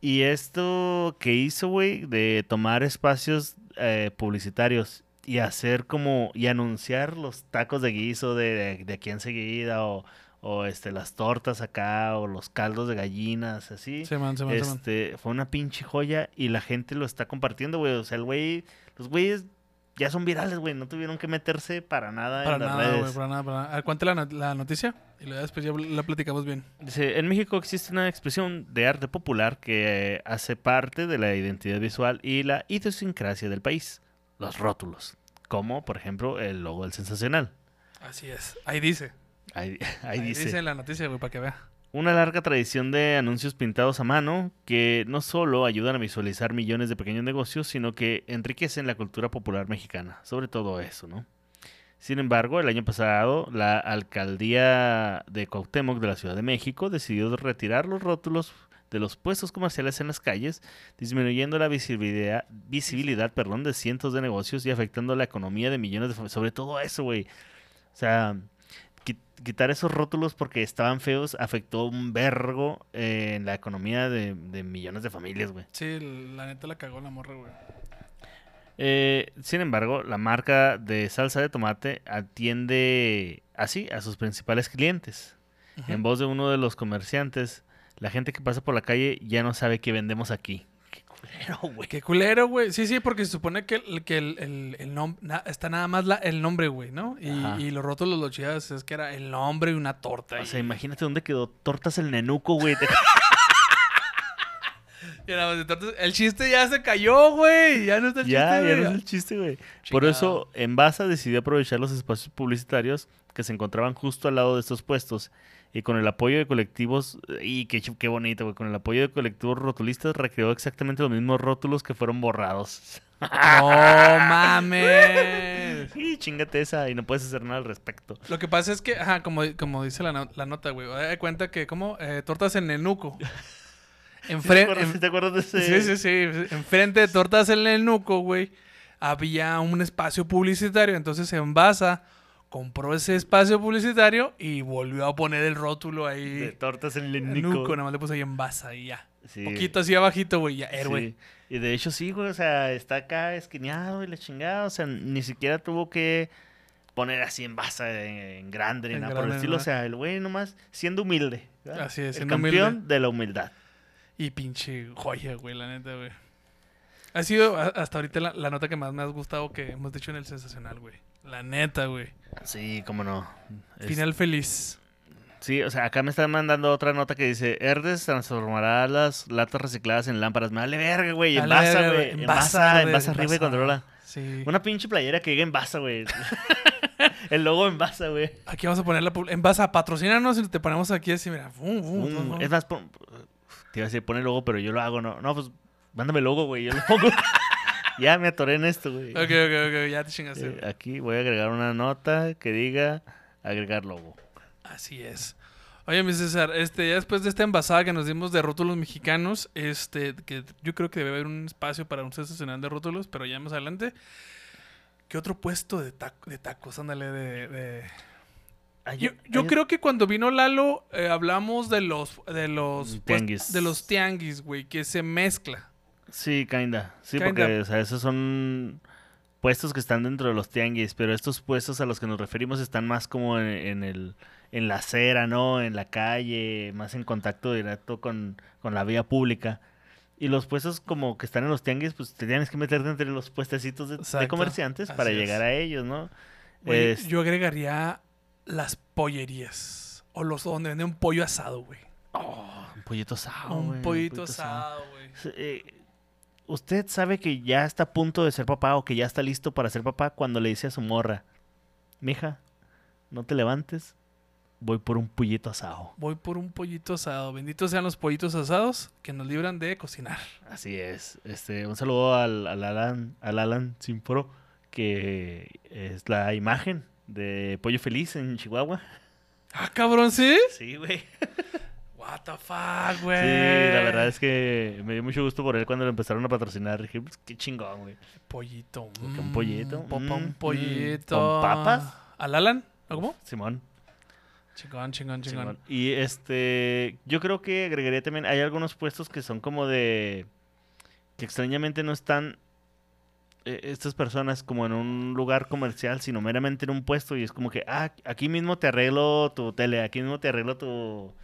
Speaker 3: Y esto que hizo, güey, de tomar espacios eh, publicitarios y hacer como, y anunciar los tacos de guiso de, de, de aquí enseguida, o, o este, las tortas acá, o los caldos de gallinas, así.
Speaker 2: Se van, se van, se van.
Speaker 3: Este, fue una pinche joya y la gente lo está compartiendo, güey. O sea, el güey, los güeyes ya son virales, güey. No tuvieron que meterse para nada
Speaker 2: Para
Speaker 3: en las
Speaker 2: nada,
Speaker 3: redes.
Speaker 2: güey, para nada, para nada. A ver, cuente la, no- la noticia y luego después ya la platicamos bien.
Speaker 3: Dice, en México existe una expresión de arte popular que eh, hace parte de la identidad visual y la idiosincrasia del país, los rótulos, como por ejemplo el logo del sensacional.
Speaker 2: Así es. Ahí dice.
Speaker 3: Ahí,
Speaker 2: Ahí,
Speaker 3: ahí dice.
Speaker 2: dice. en la noticia, güey, para que vea.
Speaker 3: Una larga tradición de anuncios pintados a mano que no solo ayudan a visualizar millones de pequeños negocios, sino que enriquecen la cultura popular mexicana, sobre todo eso, ¿no? Sin embargo, el año pasado, la alcaldía de Cuauhtémoc de la Ciudad de México decidió retirar los rótulos de los puestos comerciales en las calles, disminuyendo la visibilidad, visibilidad perdón, de cientos de negocios y afectando la economía de millones de familias. Sobre todo eso, güey. O sea, qui- quitar esos rótulos porque estaban feos afectó un vergo eh, en la economía de, de millones de familias, güey.
Speaker 2: Sí, la neta la cagó la morra, güey.
Speaker 3: Eh, sin embargo, la marca de salsa de tomate atiende así a sus principales clientes.
Speaker 2: Ujú.
Speaker 3: En voz de uno de los comerciantes, la gente que pasa por la calle ya no sabe qué vendemos aquí. Qué culero, güey.
Speaker 2: Qué culero, güey. Sí, sí, porque se supone que, el- que el, el, nombre... está nada más la, el nombre, güey, ¿no? Y,
Speaker 3: Ajá. Ah,
Speaker 2: y los rotos, los chidas, es que era el nombre y una torta.
Speaker 3: O
Speaker 2: y-
Speaker 3: sea, imagínate dónde quedó tortas el nenuco, güey. Te-
Speaker 2: y nada más de tortas. El chiste ya se cayó, güey. Ya no está el
Speaker 3: ya,
Speaker 2: chiste,
Speaker 3: ya
Speaker 2: güey. Ah,
Speaker 3: no es el chiste, güey. Por eso, Envasa decidió aprovechar los espacios publicitarios que se encontraban justo al lado de estos puestos. Y con el apoyo de colectivos, eh, y qué, chu- qué bonito, güey, con el apoyo de colectivos rotulistas recreó exactamente los mismos rótulos que fueron borrados.
Speaker 2: No mames.
Speaker 3: Y chingate esa, y no puedes hacer nada al respecto.
Speaker 2: Lo que pasa es que, ajá, como, como dice la, no- la nota, güey, da de cuenta que como eh, tortas en Nenuco.
Speaker 3: ¿Sí ¿Te
Speaker 2: Enfren-
Speaker 3: acuerdas,
Speaker 2: en-
Speaker 3: sí te acuerdas de ese?
Speaker 2: em, sí, sí, sí. Enfrente de tortas en Nenuco, güey, había un espacio publicitario. Entonces Envasa compró ese espacio publicitario y volvió a poner el rótulo
Speaker 3: De
Speaker 2: ahí.
Speaker 3: tortas en el
Speaker 2: Nenuco,
Speaker 3: Nico.
Speaker 2: nada más le puso ahí Envasa y ya.
Speaker 3: Sí.
Speaker 2: Poquito así abajito, güey, ya,
Speaker 3: Sí,
Speaker 2: héroe.
Speaker 3: Y de hecho sí, güey, o sea, está acá esquineado y la chingada, o sea, ni siquiera tuvo que poner así en base, en, en grande, ni
Speaker 2: En
Speaker 3: nada por el
Speaker 2: grande,
Speaker 3: estilo, o
Speaker 2: nada.
Speaker 3: sea, el güey nomás siendo humilde. ¿verdad?
Speaker 2: Así es,
Speaker 3: el
Speaker 2: siendo humilde.
Speaker 3: campeón de la humildad.
Speaker 2: Y pinche joya, güey, la neta, güey. Ha sido a- hasta ahorita la, la nota que más me ha gustado que hemos dicho en el sensacional, güey. La neta, güey.
Speaker 3: Sí, cómo no. Es-
Speaker 2: Final feliz.
Speaker 3: Sí, o sea, acá me están mandando otra nota que dice, Herdes transformará las latas recicladas en lámparas. Me vale verga, güey,
Speaker 2: A la
Speaker 3: envasa,
Speaker 2: verga, güey,
Speaker 3: güey. Envasa,
Speaker 2: güey,
Speaker 3: envasa arriba y
Speaker 2: envasa.
Speaker 3: controla.
Speaker 2: Sí.
Speaker 3: Una pinche playera que diga envasa, güey. el logo envasa, güey.
Speaker 2: Aquí vamos a poner la pub- en base a patrocinarnos y te ponemos aquí así, mira. fum, fum,
Speaker 3: Mm,
Speaker 2: fum, fum.
Speaker 3: Es más, pon- te iba a decir, pone logo, pero yo lo hago, no. No, pues mándame logo, güey, yo lo pongo. ya me atoré en esto, güey.
Speaker 2: Ok, ok, ok, ya te chingaste.
Speaker 3: Eh,
Speaker 2: güey.
Speaker 3: aquí voy a agregar una nota que diga agregar logo.
Speaker 2: Así es. Oye, mi César, este, ya después de esta envasada que nos dimos de rótulos mexicanos, este, que yo creo que debe haber un espacio para un sensacional de rótulos, pero ya más adelante. ¿Qué otro puesto de, taco- de tacos? Ándale, de- de, Ah,
Speaker 3: Ay,
Speaker 2: Yo,
Speaker 3: ay,
Speaker 2: yo creo que cuando vino Lalo eh, hablamos de los de los pues,
Speaker 3: Mm, Tianguis.
Speaker 2: de los tianguis, güey, que se mezcla.
Speaker 3: Sí, kinda. Sí,
Speaker 2: Kinda.
Speaker 3: porque o sea, esos son puestos que están dentro de los tianguis, pero estos puestos a los que nos referimos están más como en, en el en la acera, ¿no? En la calle, más en contacto directo con, con la vía pública. Y los puestos como que están en los tianguis, pues te tienes que meterte entre los puestecitos de, de
Speaker 2: Exacto,
Speaker 3: comerciantes para
Speaker 2: así
Speaker 3: llegar
Speaker 2: es.
Speaker 3: a ellos, ¿no? Este,
Speaker 2: Güey,
Speaker 3: Es-
Speaker 2: Yo agregaría las pollerías o los donde venden un pollo asado, güey.
Speaker 3: Oh, un pollito asado. güey,
Speaker 2: un pollito asado, güey.
Speaker 3: S- eh, Usted sabe que ya está a punto de ser papá o que ya está listo para ser papá cuando le dice a su morra, mija, no te levantes, voy por un pullito asado.
Speaker 2: Voy por un pollito asado. Benditos sean los pollitos asados que nos libran de cocinar.
Speaker 3: Así es. Este, un saludo al, al Alan, al Alan Sinforo, que es la imagen de Pollo Feliz en Chihuahua.
Speaker 2: Ah, cabrón, ¿sí?
Speaker 3: Sí, güey.
Speaker 2: What the fuck,
Speaker 3: Sí,
Speaker 2: güey.
Speaker 3: la verdad es que me dio mucho gusto por él cuando lo empezaron a patrocinar. Dije, "Pues, qué chingón, güey.
Speaker 2: Pollito.
Speaker 3: que un pollito,
Speaker 2: mm, po- pa-
Speaker 3: mm, mm,
Speaker 2: un pollito.
Speaker 3: con papas.
Speaker 2: ¿Al Alan? ¿O cómo?
Speaker 3: Simón.
Speaker 2: Chingón, chingón,
Speaker 3: Simón.
Speaker 2: chingón.
Speaker 3: Y este, yo creo que agregaría también, hay algunos puestos que son como de, que extrañamente no están eh, estas personas como en un lugar comercial, sino meramente en un puesto y es como que, ah, aquí mismo te arreglo tu tele, aquí mismo te arreglo tu,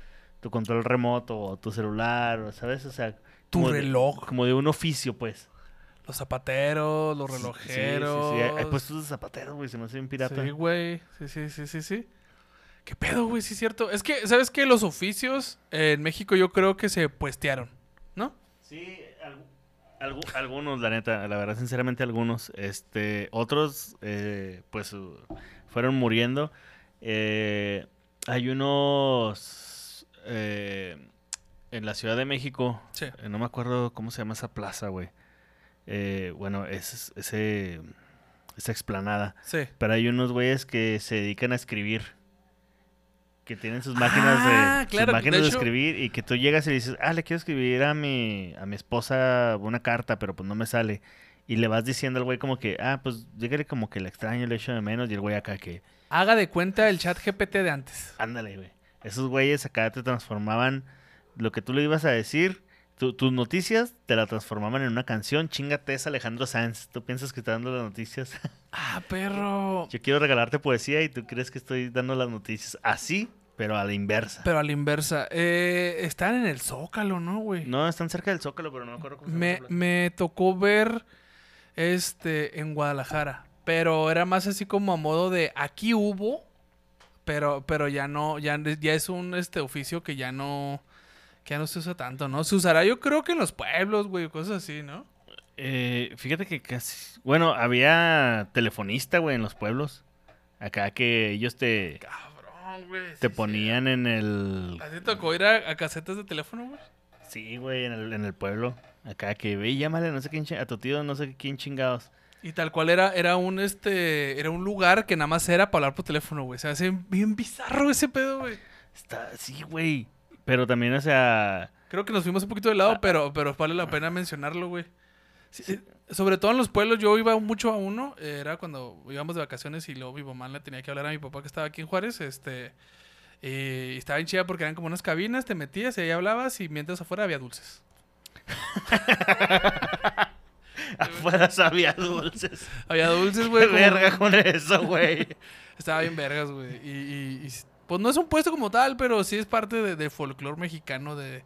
Speaker 3: tu control remoto o tu celular, o, ¿sabes? O sea,
Speaker 2: Tu
Speaker 3: como de-
Speaker 2: reloj.
Speaker 3: como de un oficio, pues.
Speaker 2: Los zapateros, los
Speaker 3: Sí, sí, sí, pues sí.
Speaker 2: relojeros.
Speaker 3: Hay, hay puestos de zapateros, güey, se me hace bien pirata.
Speaker 2: Sí, güey. Sí, sí, sí, sí, sí. ¿Qué pedo, güey? Sí, es cierto. Es que, ¿sabes qué? Los oficios eh, en México yo creo que se puestearon, ¿no?
Speaker 3: Sí, algu- algu- algunos, la neta, la verdad, sinceramente algunos. Este, otros, eh, pues, uh, fueron muriendo. Eh, hay unos eh, en la Ciudad de México,
Speaker 2: Sí.
Speaker 3: eh, no me acuerdo cómo se llama esa plaza, güey. Eh, bueno, es- ese, esa explanada.
Speaker 2: Sí.
Speaker 3: Pero hay unos güeyes que se dedican a escribir. Que tienen sus máquinas,
Speaker 2: Ah,
Speaker 3: de, sus
Speaker 2: claro, de
Speaker 3: máquinas de,
Speaker 2: hecho-
Speaker 3: escribir y que tú llegas y le dices, ah, le quiero escribir a mi, a mi esposa una carta, pero pues no me sale. Y le vas diciendo al güey como que, ah, pues dígale como que la extraño, le echo de menos. Y el güey acá que,
Speaker 2: Haga de cuenta el chat GPT de antes.
Speaker 3: ándale, güey. Esos güeyes acá te transformaban lo que tú le ibas a decir, tu- tus noticias, te la transformaban en una canción. Chingate esa, Alejandro Sanz. ¿Tú piensas que está dando las noticias?
Speaker 2: Ah, perro.
Speaker 3: Yo quiero regalarte poesía y tú crees que estoy dando las noticias así, pero a la inversa.
Speaker 2: Pero a la inversa. Eh, están en el Zócalo, ¿no, güey?
Speaker 3: No, están cerca del Zócalo, pero no me acuerdo cómo se llama
Speaker 2: Me,
Speaker 3: esa plaza.
Speaker 2: me tocó ver este en Guadalajara, pero era más así como a modo de aquí hubo, pero pero ya no ya, ya es un este oficio que ya no que ya no se usa tanto, ¿no? Se usará yo creo que en los pueblos, güey, cosas así, ¿no?
Speaker 3: Eh, fíjate que casi... Bueno, había telefonista, güey, en los pueblos. Acá que ellos te,
Speaker 2: Cabrón, güey.
Speaker 3: te ponían en el...
Speaker 2: Así tocó ir a, a casetas de teléfono, güey.
Speaker 3: Sí, güey, en el, en el pueblo. Acá que ve y llámale no sé quién chi- a tu tío, no sé quién chingados.
Speaker 2: Y tal cual era era un este era un lugar que nada más era para hablar por teléfono, güey. Se hace bien bizarro ese pedo, güey.
Speaker 3: Está... Sí, güey. Pero también, o sea...
Speaker 2: Creo que nos fuimos un poquito de
Speaker 3: Ah,
Speaker 2: lado, pero, pero vale la pena mencionarlo, güey. Sí, eh, Sobre todo en los pueblos, yo iba mucho a uno, eh, era cuando íbamos de vacaciones y luego mi mamá le tenía que hablar a mi papá que estaba aquí en Juárez, este, y estaba bien chida porque eran como unas cabinas, te metías y ahí hablabas y mientras afuera había dulces.
Speaker 3: Afuera sabía dulces.
Speaker 2: Había dulces,
Speaker 3: Qué
Speaker 2: güey. como-
Speaker 3: verga con eso, güey.
Speaker 2: Estaba bien vergas, güey. Y, y- y s- pues no es un puesto como tal, pero sí es parte de- del folclore mexicano de,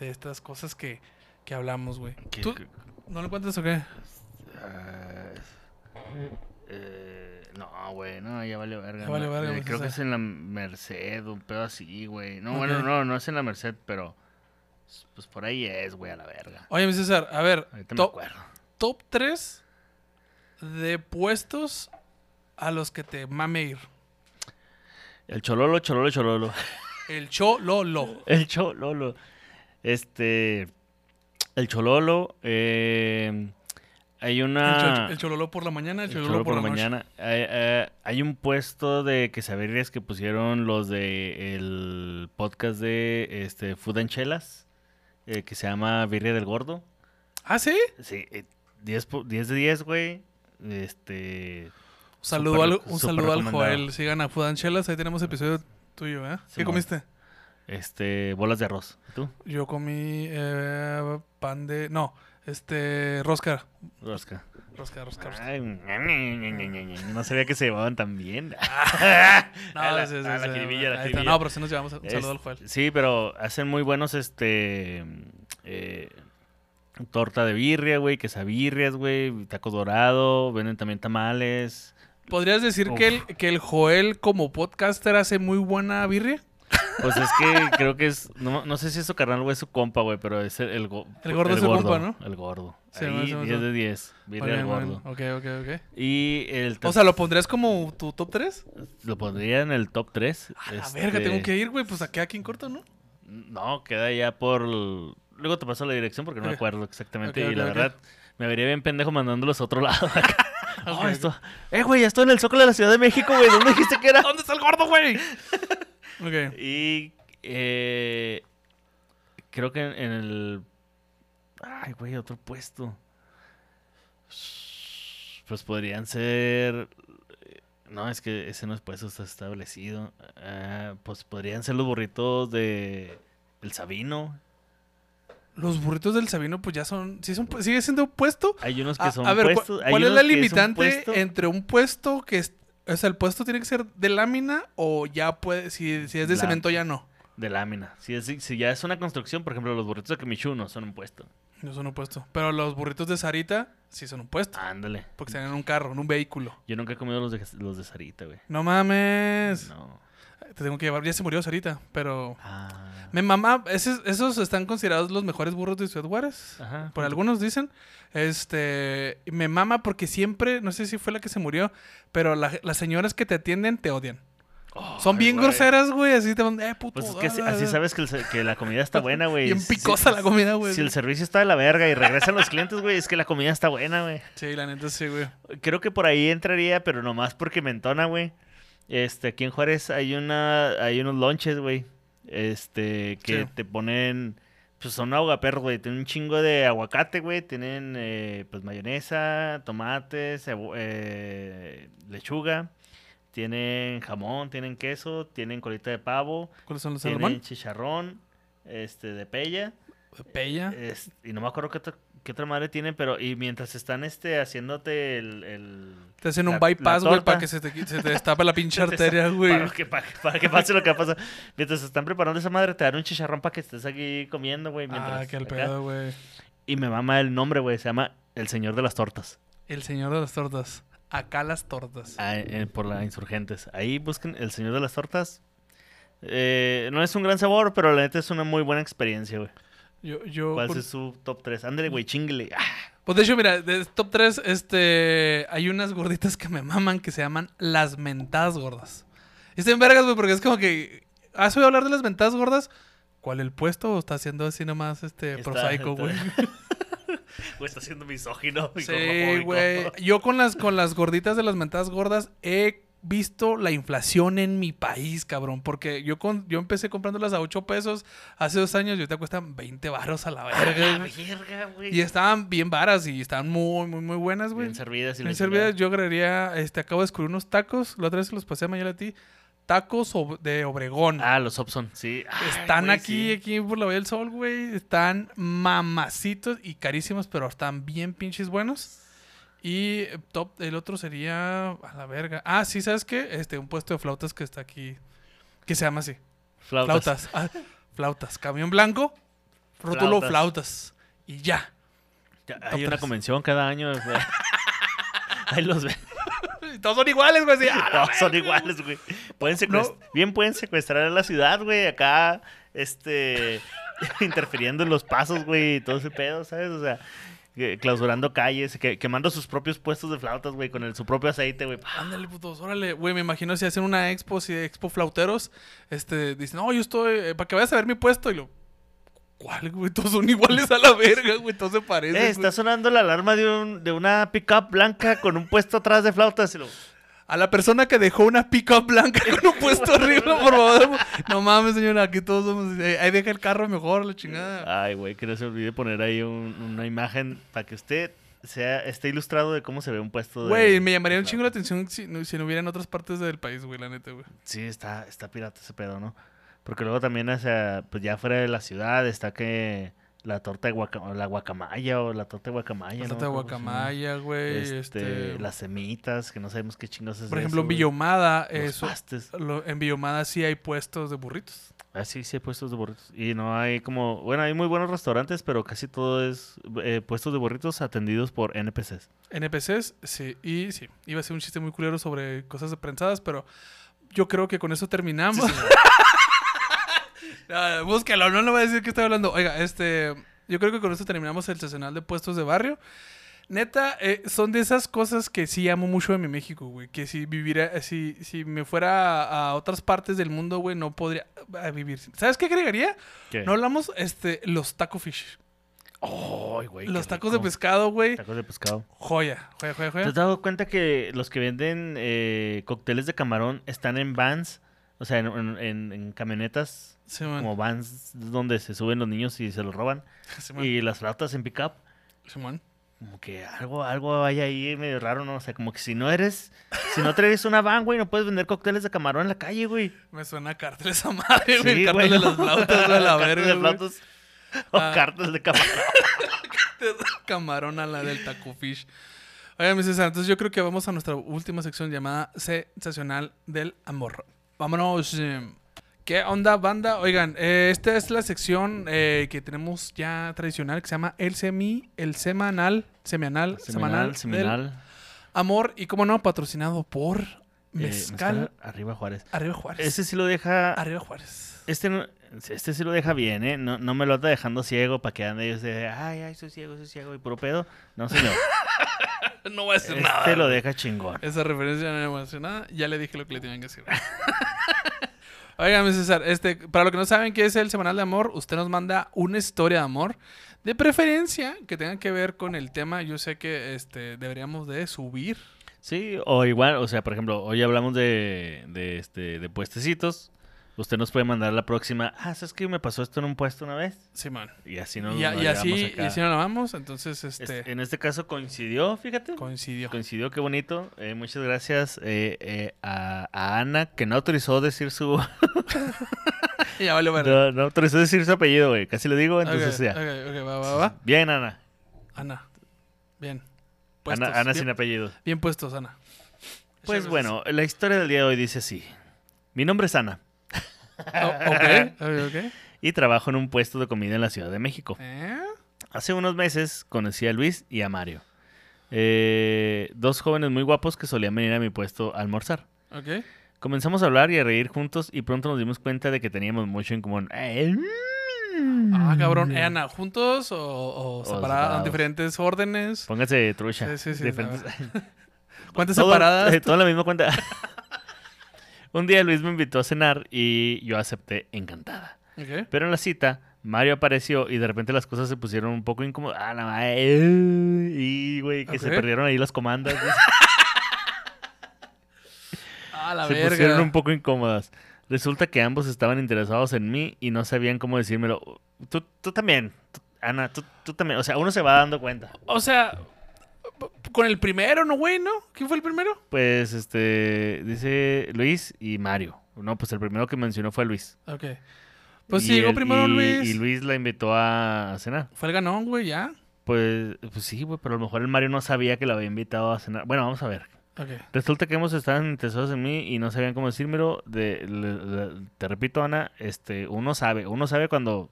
Speaker 2: de estas cosas que, que hablamos, güey.
Speaker 3: Que-
Speaker 2: ¿Tú
Speaker 3: que-
Speaker 2: no lo cuentas o qué?
Speaker 3: Ah, eh, no, güey, no, ya vale verga.
Speaker 2: Ya vale
Speaker 3: ¿no?
Speaker 2: verga,
Speaker 3: Eh,
Speaker 2: pues,
Speaker 3: creo
Speaker 2: o
Speaker 3: que es
Speaker 2: sea.
Speaker 3: en la Merced, un pedo así, güey. No,
Speaker 2: Ok.
Speaker 3: bueno, no, no es en la Merced, pero s- pues por ahí es, güey, a la verga.
Speaker 2: Oye, mi César, a ver,
Speaker 3: Ahorita me
Speaker 2: to-
Speaker 3: acuerdo.
Speaker 2: top 3 de puestos a los que te mame ir.
Speaker 3: El Chololo, Chololo, Chololo.
Speaker 2: El Chololo.
Speaker 3: El Chololo. Este. El Chololo. eh, hay
Speaker 2: El, cho-
Speaker 3: una.
Speaker 2: el Chololo por la mañana, el
Speaker 3: Ah. El
Speaker 2: Chololo,
Speaker 3: cholo
Speaker 2: por, la noche.
Speaker 3: mañana. Hay, eh, hay un puesto de quesadillas que pusieron los de el podcast de este Food and Chelas, eh, que se llama Birria del Gordo.
Speaker 2: ¿Ah, sí?
Speaker 3: Sí, eh, 10, pu- 10 de 10, güey. Este,
Speaker 2: Un saludo,
Speaker 3: Súper-
Speaker 2: al, un
Speaker 3: súper
Speaker 2: saludo al
Speaker 3: recomendado.
Speaker 2: Joel. Sigan a Fudanchelas, ahí tenemos episodio tuyo, ¿eh? ¿Qué
Speaker 3: Simón.
Speaker 2: comiste?
Speaker 3: este, bolas de arroz. ¿Tú?
Speaker 2: Yo comí eh, pan de... No, este... Rosca.
Speaker 3: Rosca.
Speaker 2: Rosca, rosca, rosca.
Speaker 3: Ay, ña, ña, ña, ña, ña, ña. no sabía que se llevaban tan bien.
Speaker 2: No,
Speaker 3: Ah, la-
Speaker 2: sí, sí,
Speaker 3: ah,
Speaker 2: sí,
Speaker 3: la jiribilla, la
Speaker 2: ahí está.
Speaker 3: jiribilla.
Speaker 2: No, pero sí nos llevamos... Un saludo al
Speaker 3: Es-
Speaker 2: Joel.
Speaker 3: Sí, pero hacen muy buenos, este... eh, torta de birria, güey, quesabirrias, güey, taco dorado, venden también tamales.
Speaker 2: ¿Podrías decir que el, que el Joel como podcaster hace muy buena birria?
Speaker 3: Pues es que creo que es... No, no sé si es su carnal o es su compa, güey, pero es el... El, go-
Speaker 2: El gordo es su compa, ¿no?
Speaker 3: El gordo.
Speaker 2: Sí,
Speaker 3: Ahí,
Speaker 2: más o menos.
Speaker 3: 10 de 10.
Speaker 2: Muy
Speaker 3: Birria el
Speaker 2: bien, muy bien.
Speaker 3: gordo.
Speaker 2: Ok, ok, ok.
Speaker 3: Y el... ter-
Speaker 2: O sea, ¿lo pondrías como tu top 3?
Speaker 3: Lo pondría en el top 3.
Speaker 2: A la verga, tengo que ir, güey. Pues aquí aquí en corto, ¿no?
Speaker 3: No, queda ya por... el- Luego te paso la dirección porque no
Speaker 2: Ok.
Speaker 3: me acuerdo exactamente.
Speaker 2: Ok,
Speaker 3: y
Speaker 2: ok,
Speaker 3: la
Speaker 2: ok.
Speaker 3: verdad, me vería bien pendejo mandándolos a otro lado. Ah,
Speaker 2: Ok, ok.
Speaker 3: esto. Eh, güey, ya estoy en el Zócalo de la Ciudad de México, güey. ¿Dónde dijiste que era?
Speaker 2: ¿Dónde está el gordo, güey? ok.
Speaker 3: Y eh, creo que en, en el... Ay, güey, otro puesto. Pues podrían ser... No, es que ese no es puesto, está establecido. Ah, pues podrían ser los burritos de... El Sabino.
Speaker 2: Los burritos del Sabino, pues ya son. Sí son sigue siendo puesto.
Speaker 3: Hay unos que
Speaker 2: Ah, A,
Speaker 3: son
Speaker 2: a ver, ¿cu-
Speaker 3: puestos. hay
Speaker 2: ¿cuál es la
Speaker 3: unos que son
Speaker 2: limitante
Speaker 3: puesto.
Speaker 2: entre un puesto que es. O sea, el puesto tiene que ser de lámina o ya puede. Si, si es de
Speaker 3: Lá-
Speaker 2: cemento, ya no.
Speaker 3: De lámina. Si, es- si ya es una construcción, por ejemplo, los burritos de Kimichu no son un puesto.
Speaker 2: No son un puesto. Pero los burritos de Sarita sí son un puesto.
Speaker 3: Ándale.
Speaker 2: Porque están en un carro, en un vehículo.
Speaker 3: Yo nunca he comido los de, los de Sarita, güey.
Speaker 2: No mames.
Speaker 3: No.
Speaker 2: Te tengo que llevar. Ya se murió Sarita, pero.
Speaker 3: Ah.
Speaker 2: Me mamá, esos, esos están considerados los mejores burros de Ciudad Juárez.
Speaker 3: Ajá.
Speaker 2: Por algunos dicen. Este. y Me mama porque siempre, no sé si fue la que se murió, pero la- las señoras que te atienden te odian. Son
Speaker 3: Ay,
Speaker 2: bien
Speaker 3: Oh, güey.
Speaker 2: groseras, güey. Así te van, eh, puto.
Speaker 3: Pues es que así,
Speaker 2: ah,
Speaker 3: así
Speaker 2: ah,
Speaker 3: sabes que, el se- que la comida está buena, güey.
Speaker 2: Bien
Speaker 3: Si- si-
Speaker 2: picosa la comida, güey.
Speaker 3: Si el servicio está de la verga y regresan los clientes, güey, es que la comida está buena, güey.
Speaker 2: Sí, la neta sí, güey.
Speaker 3: Creo que por ahí entraría, pero nomás porque me entona, güey. Este, aquí en Juárez hay una, hay unos lonches, güey. Este, que
Speaker 2: Sí.
Speaker 3: te ponen, pues son aguaperros, güey. Tienen un chingo de aguacate, güey. Tienen, eh, pues, mayonesa, tomates, cebu- eh, lechuga. Tienen jamón, tienen queso, tienen colita de pavo,
Speaker 2: ¿Cuáles son los
Speaker 3: tienen
Speaker 2: salmón?
Speaker 3: chicharrón, este, de pella.
Speaker 2: Pella.
Speaker 3: Es- y no me acuerdo qué otra, qué otra madre tiene, pero y mientras están este haciéndote el, el-
Speaker 2: Te hacen un
Speaker 3: la-
Speaker 2: bypass,
Speaker 3: la
Speaker 2: güey, para
Speaker 3: torta.
Speaker 2: que se te, qui- se te destape la pinche
Speaker 3: Se te
Speaker 2: arteria,
Speaker 3: para
Speaker 2: güey.
Speaker 3: que, para, para que pase lo que pasa. Mientras están preparando esa madre, te dan un chicharrón para que estés aquí comiendo, güey.
Speaker 2: Ah,
Speaker 3: mientras
Speaker 2: qué al
Speaker 3: acá.
Speaker 2: pedo, güey.
Speaker 3: Y me mama el nombre, güey. Se llama El Señor de las Tortas.
Speaker 2: El señor de las tortas. Acá las tortas.
Speaker 3: Ah, eh, por la Insurgentes. Ahí busquen El Señor de las Tortas. Eh, no es un gran sabor, pero la neta es una muy buena experiencia, güey.
Speaker 2: Yo, yo,
Speaker 3: ¿Cuál
Speaker 2: por-
Speaker 3: es su top 3? Ándale, güey, chingle.
Speaker 2: Pues de hecho, mira, de top 3, este. Hay unas gorditas que me maman que se llaman las mentadas gordas. Y Están vergas, güey, porque es como que. ¿Has oído hablar de las mentadas gordas? ¿Cuál el puesto o está haciendo así nomás este
Speaker 3: Está-
Speaker 2: prosaico,
Speaker 3: está-
Speaker 2: güey?
Speaker 3: Güey, está siendo misógino. y
Speaker 2: Sí,
Speaker 3: homofóbico. Ah,
Speaker 2: güey. Yo con las, con las gorditas de las mentadas gordas he visto la inflación en mi país, cabrón. Porque yo con, yo empecé comprándolas a 8 pesos hace dos años y ahorita cuestan 20 barros a la verga. güey.
Speaker 3: Ah, verga, güey.
Speaker 2: Y estaban bien varas y estaban muy, muy, muy buenas, güey.
Speaker 3: Bien servidas. y la
Speaker 2: Bien servidas,
Speaker 3: chingada.
Speaker 2: yo agregaría, este, acabo de descubrir unos tacos, la otra vez se los pasé a Mayela a ti, tacos ob- de Obregón.
Speaker 3: Ah, los Opson, sí. Ah, Ay,
Speaker 2: Están
Speaker 3: güey,
Speaker 2: aquí,
Speaker 3: sí.
Speaker 2: aquí por la Valle del Sol, güey. Están mamacitos y carísimos, pero están bien pinches buenos. Y eh, top, el otro sería a la verga. Ah, sí, ¿sabes qué? Este, un puesto de flautas que está aquí, que se llama así.
Speaker 3: Flautas.
Speaker 2: Flautas. Ah, flautas. Camión blanco, rótulo
Speaker 3: Flautas.
Speaker 2: flautas. Y ya.
Speaker 3: Ya,
Speaker 2: Top
Speaker 3: Hay una
Speaker 2: tres.
Speaker 3: convención cada año. güey. Ahí los ven.
Speaker 2: Todos son iguales, güey. así, ah, la
Speaker 3: Todos son iguales, güey. Pueden secuest- Bien pueden secuestrar a la ciudad, güey. Acá, este... interfiriendo en los pasos, güey. Y todo ese pedo, ¿sabes? O sea... que- Clausurando calles, que- quemando sus propios puestos de flautas, güey, con el, su propio aceite, güey.
Speaker 2: Ándale, putos, órale. Güey, me imagino si hacen una expo, si de expo flauteros, este, dicen, no, yo estoy, eh, para que vayas a ver mi puesto. Y lo, ¿cuál, güey? Todos son iguales a la verga, güey, todos se parecen.
Speaker 3: Eh, está
Speaker 2: güey.
Speaker 3: sonando la alarma de, un, de una pickup blanca con un puesto atrás de flautas. Y lo-
Speaker 2: A la persona que dejó una pick-up blanca con un puesto arriba, por favor. güey. No mames, señora, aquí todos somos, eh, ahí deja el carro mejor, la chingada.
Speaker 3: Ay, güey, que no se olvide poner ahí un- una imagen para que usted sea esté ilustrado de cómo se ve un puesto de.
Speaker 2: Güey, me llamaría un chingo la
Speaker 3: flautas.
Speaker 2: atención si no, si no hubiera en otras partes del país, güey, la neta, güey.
Speaker 3: Sí, está, está pirata ese pedo, ¿no? Porque luego también, o sea, pues ya fuera de la ciudad está que la torta de guaca- o la guacamaya o la torta de guacamaya.
Speaker 2: La
Speaker 3: ¿no?
Speaker 2: torta de
Speaker 3: ¿Cómo se llama?
Speaker 2: guacamaya, güey,
Speaker 3: Este,
Speaker 2: este...
Speaker 3: Las semitas, que no sabemos qué chingos es.
Speaker 2: Por ejemplo, en
Speaker 3: eso,
Speaker 2: Villomada,
Speaker 3: güey. Los
Speaker 2: eso,
Speaker 3: pastes.
Speaker 2: lo- en Villomada sí hay puestos de burritos.
Speaker 3: Ah, sí, sí hay puestos de burritos. Y no hay como... Bueno, hay muy buenos restaurantes, pero casi todo es eh, puestos de burritos atendidos por NPCs.
Speaker 2: NPCs, sí, y sí. Iba a ser un chiste muy culero sobre cosas de prensadas, pero yo creo que con eso terminamos. Ah, búscalo, no le voy a decir que estoy hablando. Oiga, este, yo creo que con eso terminamos el sesional de puestos de barrio. Neta, eh, son de esas cosas que sí amo mucho de mi México, güey. Que si viviera, eh, si, si me fuera a, a otras partes del mundo, güey, no podría ah, vivir. sin- ¿Sabes qué agregaría?
Speaker 3: ¿Qué?
Speaker 2: No hablamos, este, los taco fish.
Speaker 3: Ay, güey, qué
Speaker 2: los tacos de
Speaker 3: rico.
Speaker 2: pescado, Ah. güey.
Speaker 3: Tacos de pescado.
Speaker 2: Joya, joya, joya,
Speaker 3: ¿Te
Speaker 2: joya.
Speaker 3: has dado cuenta que los que venden eh, cócteles de camarón están en vans? O sea, en, en- en- en camionetas,
Speaker 2: Sí, man.
Speaker 3: como vans donde se suben los niños y se los roban.
Speaker 2: Simón,
Speaker 3: Y las flautas en pickup.
Speaker 2: Simón.
Speaker 3: Como que algo, algo hay ahí medio raro, ¿no? O sea, como que si no eres... Si no traes una van, güey, no puedes vender cócteles de camarón en la calle, güey.
Speaker 2: Me suena a cártel esa madre, güey.
Speaker 3: Sí,
Speaker 2: el
Speaker 3: güey,
Speaker 2: cártel de
Speaker 3: ¿no?
Speaker 2: las flautas, güey, a la
Speaker 3: Cartas
Speaker 2: verga.
Speaker 3: de
Speaker 2: güey.
Speaker 3: flautas o
Speaker 2: Ah.
Speaker 3: cartas de camarón.
Speaker 2: Camarón a la del taco fish. Oye, mi César, entonces yo creo que vamos a nuestra última sección llamada Sensacional del Amor. Vámonos. eh. ¿Qué onda, banda? Oigan, eh, esta es la sección eh, que tenemos ya tradicional que se llama El Semi, el Semanal, Semanal, Semanal, semanal del Amor. Y como no, patrocinado por
Speaker 3: Eh,
Speaker 2: Mezcal,
Speaker 3: Arriba Juárez.
Speaker 2: Arriba Juárez.
Speaker 3: Ese sí lo deja.
Speaker 2: Arriba Juárez.
Speaker 3: Este no, Este sí lo deja bien, ¿eh? No, no me lo anda dejando ciego para que ande ellos de, ay, ay, soy ciego, soy ciego y puro pedo. No, señor.
Speaker 2: No voy a hacer
Speaker 3: este
Speaker 2: nada.
Speaker 3: lo deja chingón.
Speaker 2: Esa referencia no me hace nada. Ya le dije lo que le tenían que decir. Oigan, mi César, este, para los que no saben qué es el Semanal de Amor, usted nos manda una historia de amor, de preferencia que tenga que ver con el tema. Yo sé que este, deberíamos de subir.
Speaker 3: Sí, o igual, o sea, por ejemplo, hoy hablamos de, de, este, de puestecitos. Usted nos puede mandar la próxima. Ah, ¿sabes que me pasó esto en un puesto una vez?
Speaker 2: Simón.
Speaker 3: Y así nos
Speaker 2: y,
Speaker 3: lo
Speaker 2: y así,
Speaker 3: llevamos
Speaker 2: y
Speaker 3: acá.
Speaker 2: así nos la vamos. Entonces,
Speaker 3: Es-
Speaker 2: este,
Speaker 3: En este caso coincidió, fíjate.
Speaker 2: coincidió.
Speaker 3: Coincidió, qué bonito. Eh, muchas gracias eh, eh, a, a Ana, que no autorizó decir su...
Speaker 2: ya vale, vale.
Speaker 3: No, no autorizó decir su apellido, güey. Casi lo digo, entonces ya.
Speaker 2: va, va, va.
Speaker 3: Bien, Ana.
Speaker 2: Ana. Bien. Puestos.
Speaker 3: Ana, Ana
Speaker 2: bien,
Speaker 3: sin apellido.
Speaker 2: bien puestos, Ana.
Speaker 3: Pues
Speaker 2: Muchas gracias.
Speaker 3: bueno, la historia del día de hoy dice así. Mi nombre es Ana
Speaker 2: O- ok, ok, ok.
Speaker 3: y trabajo en un puesto de comida en la Ciudad de México.
Speaker 2: ¿Eh?
Speaker 3: Hace unos meses conocí a Luis y a Mario. Eh, dos jóvenes muy guapos que solían venir a mi puesto a almorzar.
Speaker 2: Ok.
Speaker 3: Comenzamos a hablar y a reír juntos y pronto nos dimos cuenta de que teníamos mucho en común. Ah,
Speaker 2: Ah, cabrón.
Speaker 3: Mm.
Speaker 2: Eh, Ana, ¿juntos o, o separados?
Speaker 3: separados.
Speaker 2: ¿En diferentes órdenes?
Speaker 3: Póngase trucha.
Speaker 2: Sí, sí, sí,
Speaker 3: Diferentes-
Speaker 2: la ¿Cuántas
Speaker 3: Todo-
Speaker 2: separadas?
Speaker 3: eh, todo en la misma cuenta. Un día Luis me invitó a cenar y yo acepté encantada.
Speaker 2: Ok.
Speaker 3: Pero en la cita, Mario apareció y de repente las cosas se pusieron un poco incómodas. Ah, la madre. eh, Y, güey, que se
Speaker 2: Ok.
Speaker 3: perdieron ahí las comandas. güey.
Speaker 2: Ah, la
Speaker 3: se
Speaker 2: verga.
Speaker 3: pusieron un poco incómodas. Resulta que ambos estaban interesados en mí y no sabían cómo decírmelo. Tú, tú también, tú- Ana, tú, tú también. O sea, uno se va dando cuenta.
Speaker 2: O sea, p- con el primero, ¿no, güey? ¿No? ¿Quién fue el primero?
Speaker 3: Pues, este, dice Luis y Mario. No, pues el primero que mencionó fue Luis.
Speaker 2: Ok. Pues
Speaker 3: Y
Speaker 2: sí, llegó
Speaker 3: él-
Speaker 2: primero
Speaker 3: y-
Speaker 2: Luis.
Speaker 3: Y Luis la invitó a cenar.
Speaker 2: Fue el ganón, güey, ya.
Speaker 3: Pues, pues sí, güey, pero a lo mejor el Mario no sabía que la había invitado a cenar. Bueno, vamos a ver.
Speaker 2: Ok.
Speaker 3: Resulta que ambos estaban interesados en mí y no sabían cómo decírmelo. De, le- le- te repito, Ana, este, uno sabe, uno sabe cuando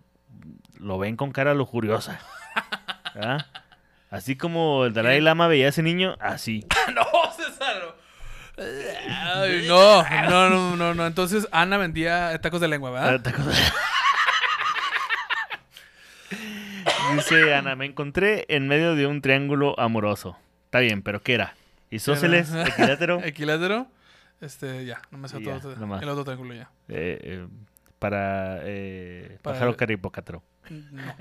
Speaker 3: lo ven con cara lujuriosa. ¿verdad? Así como el Dalai Lama veía a ese niño, así.
Speaker 2: no, César. Ay, no, no, no, no, no. Entonces Ana vendía tacos de lengua, ¿verdad?
Speaker 3: Otra cosa. Dice Ana, me encontré en medio de un triángulo amoroso. Está bien, pero ¿qué era? Isósceles,
Speaker 2: Era-
Speaker 3: equilátero,
Speaker 2: Equilátero. Este, ya, no me sé
Speaker 3: Y
Speaker 2: todo.
Speaker 3: ya,
Speaker 2: todo-
Speaker 3: nomás.
Speaker 2: el otro triángulo ya.
Speaker 3: eh, eh, para, eh,
Speaker 2: Para-
Speaker 3: pájaro caripocátero.
Speaker 2: No.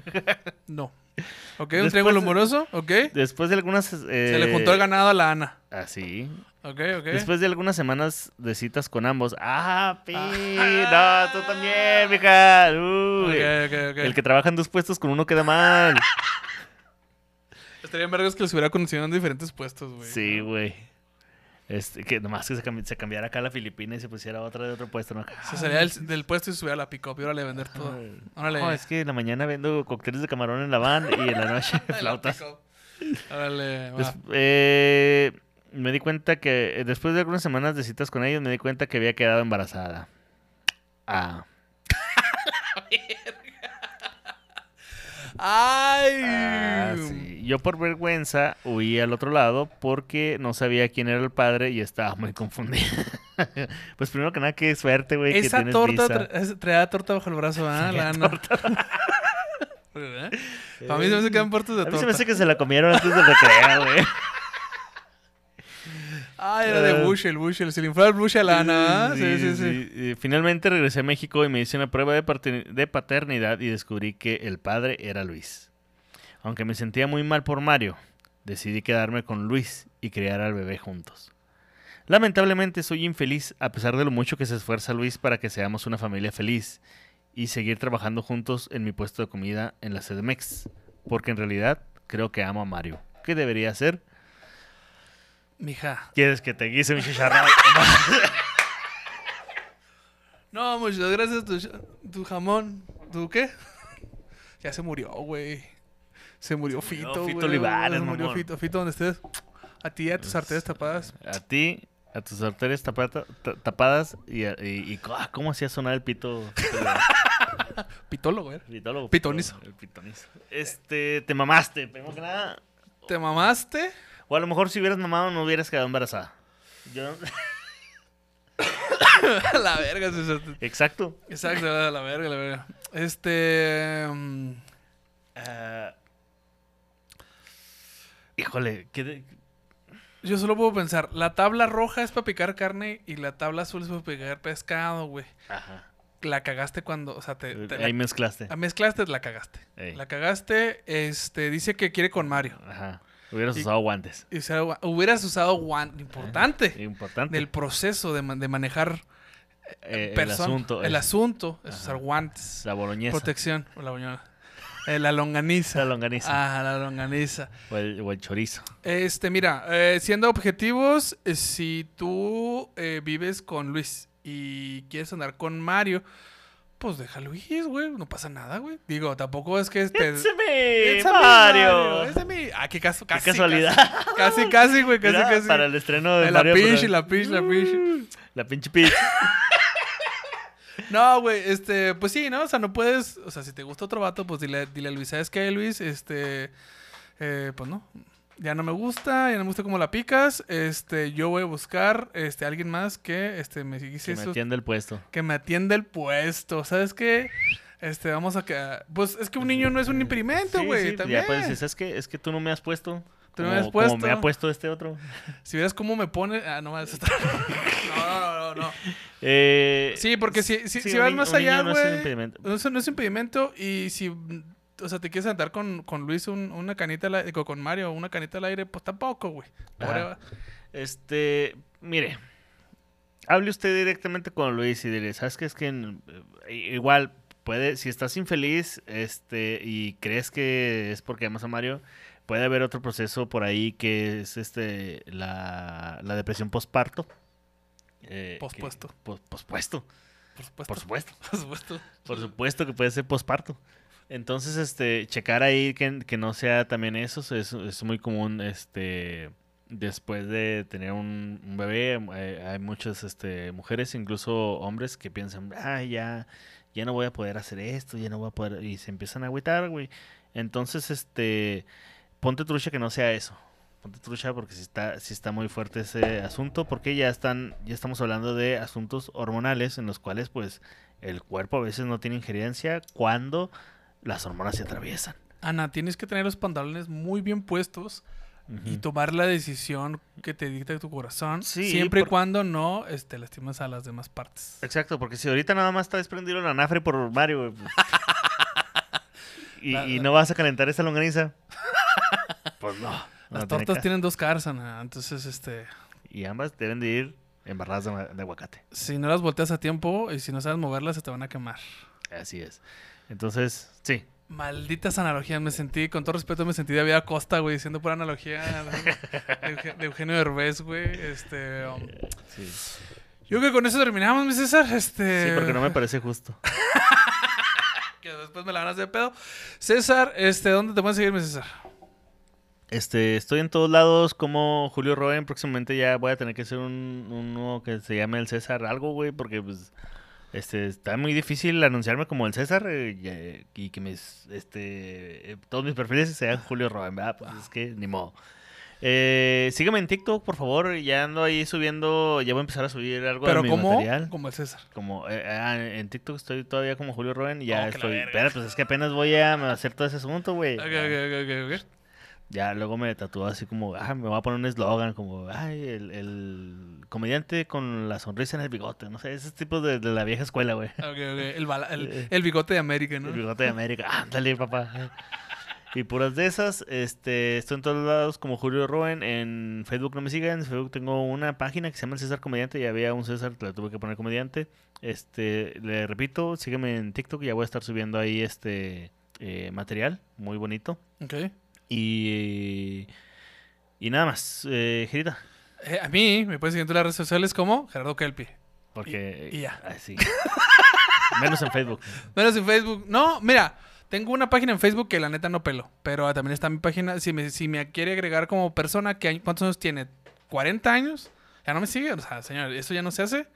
Speaker 2: No. Ok, un
Speaker 3: Después-
Speaker 2: triángulo amoroso. Ok.
Speaker 3: Después de algunas... eh,
Speaker 2: Se le juntó el ganado a la Ana.
Speaker 3: Así.
Speaker 2: Ok, ok.
Speaker 3: Después de algunas semanas de citas con ambos. ¡Ah, pi!
Speaker 2: Ah.
Speaker 3: ¡No, tú también, mija!
Speaker 2: Ok,
Speaker 3: Uy.
Speaker 2: ok, ok. Ah,
Speaker 3: El que trabaja en dos puestos con uno queda mal.
Speaker 2: Estaría en vergas que los hubiera conocido en diferentes puestos, güey.
Speaker 3: Sí, güey. Este, que nomás que se, cambi- se cambiara acá a la Filipina y se pusiera otra de otro puesto, ¿no? Ah,
Speaker 2: Se salía del, del puesto y se subía a la pick-up y órale, vender todo.
Speaker 3: Ay.
Speaker 2: Órale.
Speaker 3: No, es que en la mañana vendo cócteles de camarón en la van y en la noche flautas.
Speaker 2: Órale, va.
Speaker 3: Des- eh, me di cuenta que eh, después de algunas semanas de citas con ellos, me di cuenta que había quedado embarazada. Ah.
Speaker 2: ¡Ay!
Speaker 3: Ah, sí. Yo por vergüenza huí al otro lado porque no sabía quién era el padre y estaba muy confundida. pues primero que nada, qué suerte, güey. que
Speaker 2: Esa
Speaker 3: tienes
Speaker 2: torta
Speaker 3: visa.
Speaker 2: tra- es- traía torta bajo el brazo, ¿ah? La Ana. Para ¿eh? mí se me hace que eran puertas de
Speaker 3: A mí
Speaker 2: torta.
Speaker 3: se me hace que se la comieron antes del recreo, güey.
Speaker 2: Ay, era de
Speaker 3: Eh.
Speaker 2: Bushel, Bushel. Se le inflaba el Bushel a la Ana, ¿ah? Sí, sí, sí.
Speaker 3: Y finalmente regresé a México y me hice una prueba de, parte- de paternidad y descubrí que el padre era Luis. Aunque me sentía muy mal por Mario, decidí quedarme con Luis y criar al bebé juntos. Lamentablemente soy infeliz a pesar de lo mucho que se esfuerza Luis para que seamos una familia feliz y seguir trabajando juntos en mi puesto de comida en la CDMX, porque en realidad creo que amo a Mario. ¿Qué debería hacer?
Speaker 2: Mija.
Speaker 3: ¿Quieres que te guise mi chicharrón?
Speaker 2: No, muchas gracias. Tu, tu jamón. ¿Tu qué? Ya se murió, güey. Se murió Fito,
Speaker 3: Fito
Speaker 2: güey.
Speaker 3: Olivares,
Speaker 2: Se murió
Speaker 3: mamón. Pues
Speaker 2: Fito. Fito, donde estés. A ti y a tus arterias tapadas.
Speaker 3: A ti, a tus arterias tapata- ta- tapadas y, a- y- y co- ah, cómo hacía sonar el pito.
Speaker 2: Pitólogo, ¿eh? güey.
Speaker 3: Pitólogo,
Speaker 2: Pitonizo.
Speaker 3: El pitonizo. Este, te mamaste, primero que nada.
Speaker 2: ¿Te mamaste?
Speaker 3: O a lo mejor si hubieras mamado no hubieras quedado embarazada. Yo
Speaker 2: a la verga, César.
Speaker 3: Exacto.
Speaker 2: Exacto, a la verga, a la verga. Este. mm,
Speaker 3: Ah, híjole, ¿qué de-
Speaker 2: Yo solo puedo pensar: la tabla roja es para picar carne y la tabla azul es para picar pescado, güey.
Speaker 3: Ajá.
Speaker 2: La cagaste cuando. O sea, te. Eh, te la-
Speaker 3: Ahí mezclaste.
Speaker 2: la mezclaste, la cagaste.
Speaker 3: Ey.
Speaker 2: La cagaste. Este. Dice que quiere con Mario.
Speaker 3: Ajá. Hubieras
Speaker 2: Y-
Speaker 3: usado guantes.
Speaker 2: Y se- hubieras usado guante. Importante.
Speaker 3: Importante.
Speaker 2: Del proceso de, ma- de manejar
Speaker 3: Eh, el
Speaker 2: persona-
Speaker 3: asunto.
Speaker 2: El
Speaker 3: eh,
Speaker 2: asunto es
Speaker 3: Ajá.
Speaker 2: usar guantes.
Speaker 3: La boloñesa.
Speaker 2: Protección. o La buñuela. Eh, la longaniza.
Speaker 3: La longaniza.
Speaker 2: Ah, la longaniza.
Speaker 3: O, el, o el chorizo.
Speaker 2: Este, mira, eh, siendo objetivos, eh, si tú eh, vives con Luis y quieres andar con Mario, pues deja a Luis, güey. No pasa nada, güey. Digo, tampoco es que este.
Speaker 3: It's a me,
Speaker 2: It's a me,
Speaker 3: Mario.
Speaker 2: It's a me. Ah, qué, caso,
Speaker 3: Qué
Speaker 2: casi,
Speaker 3: casualidad.
Speaker 2: Casi, casi, güey. Casi,
Speaker 3: Mira,
Speaker 2: casi.
Speaker 3: Para el estreno de
Speaker 2: Eh, la
Speaker 3: Mario
Speaker 2: Peach,
Speaker 3: Bros. Uh,
Speaker 2: la Peach, la Peach.
Speaker 3: La pinche Peach.
Speaker 2: No, güey, este, pues sí, ¿no? O sea, no puedes, o sea, si te gusta otro vato, pues dile, dile a Luis, ¿sabes qué, Luis? Este, eh, pues no, ya no me gusta, ya no me gusta cómo la picas, este, yo voy a buscar, este, alguien más que, este, me
Speaker 3: Que
Speaker 2: hiciese
Speaker 3: me
Speaker 2: esos-
Speaker 3: atiende el puesto.
Speaker 2: que me atienda el puesto, ¿sabes qué? Este, vamos a que, pues es que un niño no es un impedimento,
Speaker 3: Sí,
Speaker 2: güey,
Speaker 3: sí,
Speaker 2: también.
Speaker 3: Ya puedes decir, ¿sabes qué? Es que tú no me has puesto.
Speaker 2: Tú no me
Speaker 3: como-
Speaker 2: has
Speaker 3: Como me
Speaker 2: puesto.
Speaker 3: ha puesto este otro.
Speaker 2: Si vieras cómo me pone, ah, no, eso está- no, no, no, no.
Speaker 3: Eh,
Speaker 2: Sí, porque si, si,
Speaker 3: sí,
Speaker 2: si
Speaker 3: un
Speaker 2: vas
Speaker 3: ni-
Speaker 2: más
Speaker 3: un niño
Speaker 2: allá,
Speaker 3: no es un
Speaker 2: güey.
Speaker 3: impedimento.
Speaker 2: No es, no es impedimento y si, mm, o sea, te quieres andar con, con Luis un- una canita al aire, con Mario una canita al aire, pues tampoco, güey.
Speaker 3: Ah,
Speaker 2: Ahora,
Speaker 3: Este, mire, hable usted directamente con Luis y dile, ¿sabes qué? Es que en- eh, igual puede, si estás infeliz este, y crees que es porque amas a Mario, puede haber otro proceso por ahí que es este, la, la depresión posparto. eh, que-
Speaker 2: Pospuesto.
Speaker 3: pos- pospuesto,
Speaker 2: por supuesto.
Speaker 3: por supuesto.
Speaker 2: Por supuesto.
Speaker 3: Por supuesto que puede ser posparto. Entonces, este, checar ahí que, que no sea también eso, es, es muy común, este, después de tener un, un bebé, eh, hay muchas, este, mujeres, incluso hombres que piensan, ah, ya, ya no voy a poder hacer esto, ya no voy a poder, y se empiezan a agüitar, güey. Entonces, este, ponte trucha que no sea eso. Ponte trucha porque si está, si está muy fuerte ese asunto, porque ya están, ya estamos hablando de asuntos hormonales en los cuales, pues, el cuerpo a veces no tiene injerencia cuando las hormonas se atraviesan.
Speaker 2: Ana, tienes que tener los pantalones muy bien puestos y
Speaker 3: Ujú.
Speaker 2: tomar la decisión que te dicta tu corazón,
Speaker 3: Sí,
Speaker 2: siempre
Speaker 3: por-
Speaker 2: y cuando no este, lastimes a las demás partes.
Speaker 3: Exacto, porque si ahorita nada más está desprendido el anafre por Mario, güey, pues- y,
Speaker 2: La-
Speaker 3: y
Speaker 2: la-
Speaker 3: no vas a calentar esa longaniza, pues no.
Speaker 2: Las
Speaker 3: no tiene
Speaker 2: tortas
Speaker 3: caso.
Speaker 2: tienen dos caras, Ana, entonces, este,
Speaker 3: Y ambas deben de ir embarradas de, ma- de aguacate.
Speaker 2: si no las volteas a tiempo y si no sabes moverlas, se te van a quemar.
Speaker 3: Así es. Entonces, sí.
Speaker 2: Malditas analogías, me sentí, con todo respeto, me sentí de David Acosta, güey, diciendo pura analogía de Euge- de Eugenio Derbez, güey. Este, um,
Speaker 3: Sí,
Speaker 2: yo creo que con eso terminamos, mi César. Este,
Speaker 3: Sí, porque no me parece justo.
Speaker 2: Que después me la van a hacer de pedo. César, este, ¿dónde te pueden seguir, mi César?
Speaker 3: Este, estoy en todos lados como Julio Roen. Próximamente ya voy a tener que hacer un, un nuevo que se llame el César algo, güey, porque pues este está muy difícil anunciarme como el César eh, y, eh, y que mis este eh, todos mis perfiles sean Julio Roen, ¿verdad? Pues es que ni modo. Eh, sígueme en TikTok, por favor. Ya ando ahí subiendo, ya voy a empezar a subir algo de
Speaker 2: Pero
Speaker 3: mi
Speaker 2: ¿cómo?
Speaker 3: material.
Speaker 2: Como el César.
Speaker 3: Como eh, ah, en TikTok estoy todavía como Julio Roen y ya
Speaker 2: Oh, que la
Speaker 3: estoy.
Speaker 2: verga.
Speaker 3: Pero pues es que apenas voy a hacer todo ese asunto, güey.
Speaker 2: Ok,
Speaker 3: Ya.
Speaker 2: ok, ok, ok, ok.
Speaker 3: Ya luego me tatuó así como, ah, me voy a poner un eslogan como, ay, el, el comediante con la sonrisa en el bigote, no sé, ese tipo de, de la vieja escuela, güey.
Speaker 2: Ok, ok. El, bala- el, el bigote de América, ¿no?
Speaker 3: El bigote de América, ándale, papá. Y puras de esas, este, estoy en todos lados como Julio Roen, en Facebook no me sigan, en Facebook tengo una página que se llama El César Comediante, ya había un César, le tuve que poner comediante. Este, le repito, sígueme en TikTok, ya voy a estar subiendo ahí este eh, material, muy bonito.
Speaker 2: Ok.
Speaker 3: Y, y nada más, eh, Gerita.
Speaker 2: Eh, a mí me pueden seguir en todas las redes sociales como Gerardo Kelpi.
Speaker 3: Porque.
Speaker 2: Y- y ya.
Speaker 3: Así. Menos en Facebook.
Speaker 2: Menos en Facebook. No, mira, tengo una página en Facebook que la neta no pelo. Pero ah, también está mi página. Si me, si me quiere agregar como persona, que hay- ¿cuántos años tiene? ¿40 años? Ya no me sigue. O sea, señor, eso ya no se hace.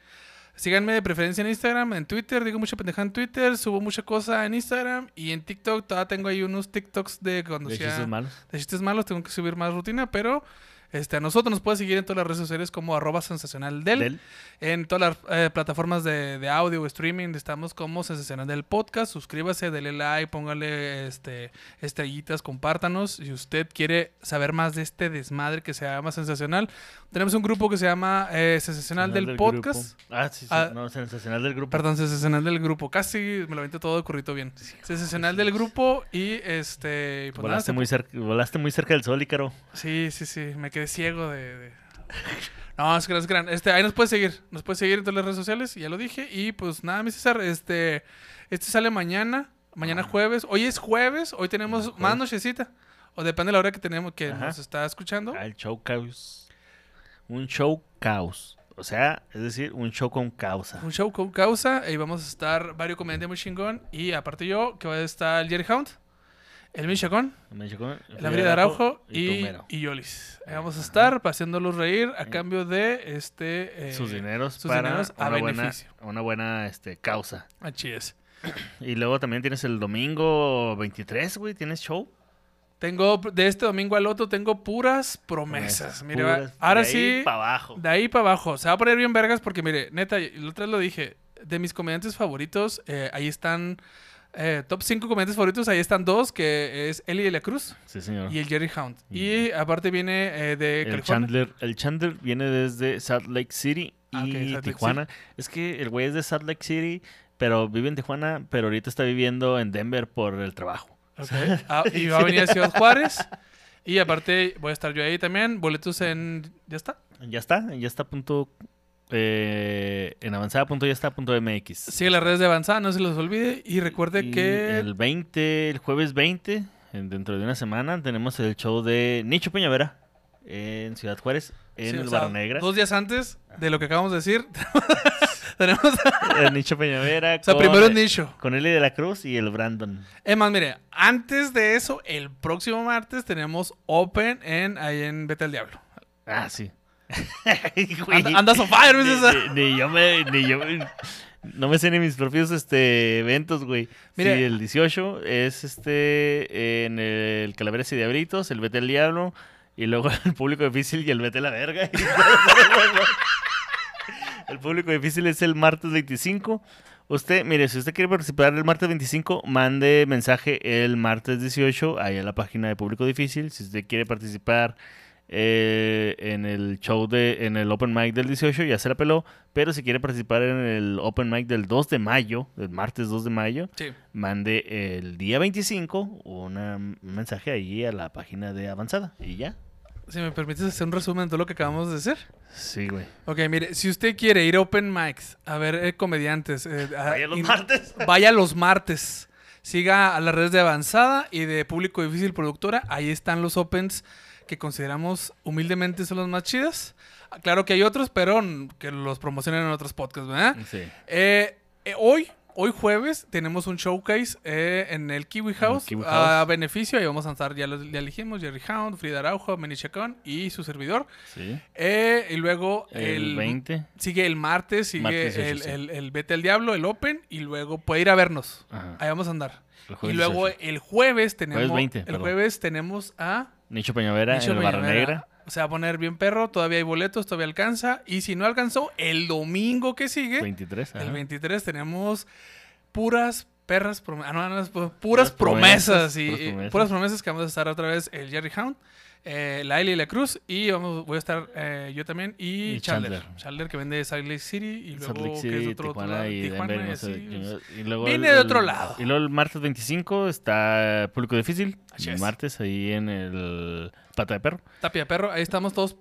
Speaker 2: Síganme de preferencia en Instagram, en Twitter. Digo mucha pendejada en Twitter. Subo mucha cosa en Instagram. Y en TikTok, todavía tengo ahí unos TikToks de cuando
Speaker 3: De
Speaker 2: hacía-
Speaker 3: chistes malos.
Speaker 2: de chistes malos. Tengo que subir más rutina, pero. Este, a nosotros nos puedes seguir en todas las redes sociales como arroba sensacional del.
Speaker 3: Del-
Speaker 2: En todas las eh, plataformas de, de audio o streaming estamos como Sensacional del Podcast. Suscríbase, dele like, póngale este, estrellitas, compártanos. Si usted quiere saber más de este desmadre que se llama Sensacional, tenemos un grupo que se llama eh, Sensacional del, Podcast.
Speaker 3: grupo. Ah, sí, sí.
Speaker 2: Ah.
Speaker 3: no, sensacional del grupo.
Speaker 2: Perdón, Sensacional del Grupo. Casi me lo aventé todo corrido bien. Sensacional del Grupo y este... y pues nada,
Speaker 3: Volaste
Speaker 2: se-
Speaker 3: muy, cerca, volaste muy cerca del sol, Ícaro.
Speaker 2: Sí, sí, sí, me quedé ciego de... de- No, es gran, es gran. Este, ahí nos puedes seguir, nos puedes seguir en todas las redes sociales, ya lo dije. Y pues nada, mi César, este, este sale mañana, mañana
Speaker 3: Ah.
Speaker 2: jueves. Hoy es jueves, hoy tenemos
Speaker 3: Mañana
Speaker 2: más
Speaker 3: jueves.
Speaker 2: nochecita. O depende de la hora que tenemos que
Speaker 3: Ajá.
Speaker 2: nos está escuchando.
Speaker 3: Ah, el show caos. Un show caos. O sea, es decir, un show con causa.
Speaker 2: Un show con causa, y vamos a estar varios comediantes muy chingón. Y aparte yo, que va a estar el Jerry Hound, el Michacón.
Speaker 3: Me llegó el
Speaker 2: La Brida de Araujo y,
Speaker 3: Tumero.
Speaker 2: y Yolis. Ahí Vamos a estar haciéndolos reír a cambio de este. eh,
Speaker 3: sus dineros
Speaker 2: sus
Speaker 3: para
Speaker 2: dineros a
Speaker 3: una buena,
Speaker 2: beneficio.
Speaker 3: una buena este, causa.
Speaker 2: Así es.
Speaker 3: Y luego también tienes el domingo 23, güey, tienes show.
Speaker 2: Tengo de este domingo al otro, tengo puras promesas. Mire, va-
Speaker 3: Puras-
Speaker 2: ahora
Speaker 3: de ahí
Speaker 2: sí,
Speaker 3: para abajo.
Speaker 2: de ahí para abajo. Se va a poner bien vergas porque, mire, neta, y la otra vez lo dije. De mis comediantes favoritos, eh, ahí están. eh, top 5 comediantes favoritos, ahí están dos, que es Eli de la Cruz
Speaker 3: Sí, señor.
Speaker 2: y el Jerry Hound. Y aparte viene eh, de
Speaker 3: Ah. Mm. El
Speaker 2: California.
Speaker 3: Chandler, el Chandler viene desde Salt Lake City y
Speaker 2: Ah, ok, Salt Lake
Speaker 3: Tijuana. Es que el güey es de Salt Lake City, pero vive en Tijuana, pero ahorita está viviendo en Denver por el trabajo.
Speaker 2: Ok. Ah, y va a venir a Ciudad Juárez. Y aparte voy a estar yo ahí también. Boletos en... ¿Ya está?
Speaker 3: Ya está, ya está a punto eh, en avanzada punto ya está punto MX.
Speaker 2: Sigue las redes de avanzada, no se los olvide. Y recuerde
Speaker 3: Y
Speaker 2: que...
Speaker 3: el 20, el jueves 20, en- dentro de una semana tenemos el show de Nicho Peñavera en Ciudad Juárez, en
Speaker 2: sí, o
Speaker 3: el
Speaker 2: sea,
Speaker 3: Barra Negra.
Speaker 2: Dos días antes de lo que acabamos de decir. tenemos... o
Speaker 3: El Nicho Peñavera.
Speaker 2: sea, primero
Speaker 3: eh,
Speaker 2: un nicho.
Speaker 3: Con Eli de la Cruz y el Brandon.
Speaker 2: Es más, mire, antes de eso, el próximo martes tenemos Open en ahí en Vete al Diablo.
Speaker 3: Ah, sí.
Speaker 2: Anda- andas on fire, ¿ves esa?
Speaker 3: ni, ni- ni yo me, ni yo me- no me sé ni mis propios este eventos, güey.
Speaker 2: Mira.
Speaker 3: Sí, el 18 es este en el Calaveras y Diablitos, el Vete al Diablo y luego el público difícil y el Vete a la verga. el público difícil es el martes 25. Usted, mire, si usted quiere participar el martes 25, mande mensaje el martes 18 ahí a la página de Público Difícil. Si usted quiere participar eh, en el show de, en el Open Mic del 18, ya se la peló. Pero si quiere participar en el Open Mic del 2 de mayo, del martes 2 de mayo,
Speaker 2: Sí.
Speaker 3: mande el día 25 una- un mensaje ahí a la página de Avanzada. Y ya.
Speaker 2: Si me permites hacer un resumen de todo lo que acabamos de decir.
Speaker 3: Sí, güey.
Speaker 2: Ok, mire, si usted quiere ir a Open Mics, a ver eh, comediantes. eh, a-
Speaker 3: Vaya los
Speaker 2: in-
Speaker 3: martes.
Speaker 2: Vaya los martes. Siga a las redes de Avanzada y de Público Difícil Productora. Ahí están los opens que consideramos humildemente son los más chidas. Ah, Claro que hay otros, pero mm, que los promocionan en otros podcasts, ¿verdad?
Speaker 3: Sí.
Speaker 2: Eh, eh, hoy, hoy jueves, tenemos un showcase eh, en el Kiwi House,
Speaker 3: Kiwi
Speaker 2: a
Speaker 3: House.
Speaker 2: beneficio. Ahí vamos a estar, ya lo ya elegimos, Jerry Hound, Frida Araujo, Manny Chacón y su servidor.
Speaker 3: Sí.
Speaker 2: Eh, y luego
Speaker 3: El, 20.
Speaker 2: Sigue el martes, sigue
Speaker 3: Martes,
Speaker 2: el,
Speaker 3: 18, sí.
Speaker 2: el- el Vete al Diablo, el Open, y luego puede ir a vernos.
Speaker 3: Ajá.
Speaker 2: Ahí vamos a andar.
Speaker 3: El jueves
Speaker 2: Y luego
Speaker 3: 18.
Speaker 2: el jueves tenemos.
Speaker 3: 20,
Speaker 2: el
Speaker 3: perdón.
Speaker 2: jueves tenemos a.
Speaker 3: Nicho Peñavera
Speaker 2: Nicho
Speaker 3: en el Barra
Speaker 2: Villavera.
Speaker 3: Negra.
Speaker 2: Se va a poner bien perro, todavía hay boletos, todavía alcanza. Y si no alcanzó, el domingo que sigue,
Speaker 3: 23.
Speaker 2: el
Speaker 3: ajá.
Speaker 2: 23, tenemos puras perras prom- ah, no, no, es pu- puras promesas.
Speaker 3: promesas,
Speaker 2: y,
Speaker 3: puras
Speaker 2: y
Speaker 3: promesas.
Speaker 2: puras promesas que vamos a estar otra vez el Jerry Hound, eh, la Eli y la Cruz. Y vamos, voy a estar eh, yo también. Y,
Speaker 3: Y
Speaker 2: Chandler.
Speaker 3: Chandler.
Speaker 2: Chandler. que vende Salt Lake City. Y luego
Speaker 3: Salt Lake
Speaker 2: que es
Speaker 3: City,
Speaker 2: de otro, otro
Speaker 3: Tijuana
Speaker 2: lado,
Speaker 3: y
Speaker 2: Tijuana,
Speaker 3: Denver, no sé,
Speaker 2: sí,
Speaker 3: y luego
Speaker 2: Viene
Speaker 3: el-
Speaker 2: de otro lado.
Speaker 3: Y luego el martes 25 está Público Difícil.
Speaker 2: Así
Speaker 3: el
Speaker 2: es.
Speaker 3: martes ahí en el Pata de Perro.
Speaker 2: Tapia Perro. Ahí estamos todos.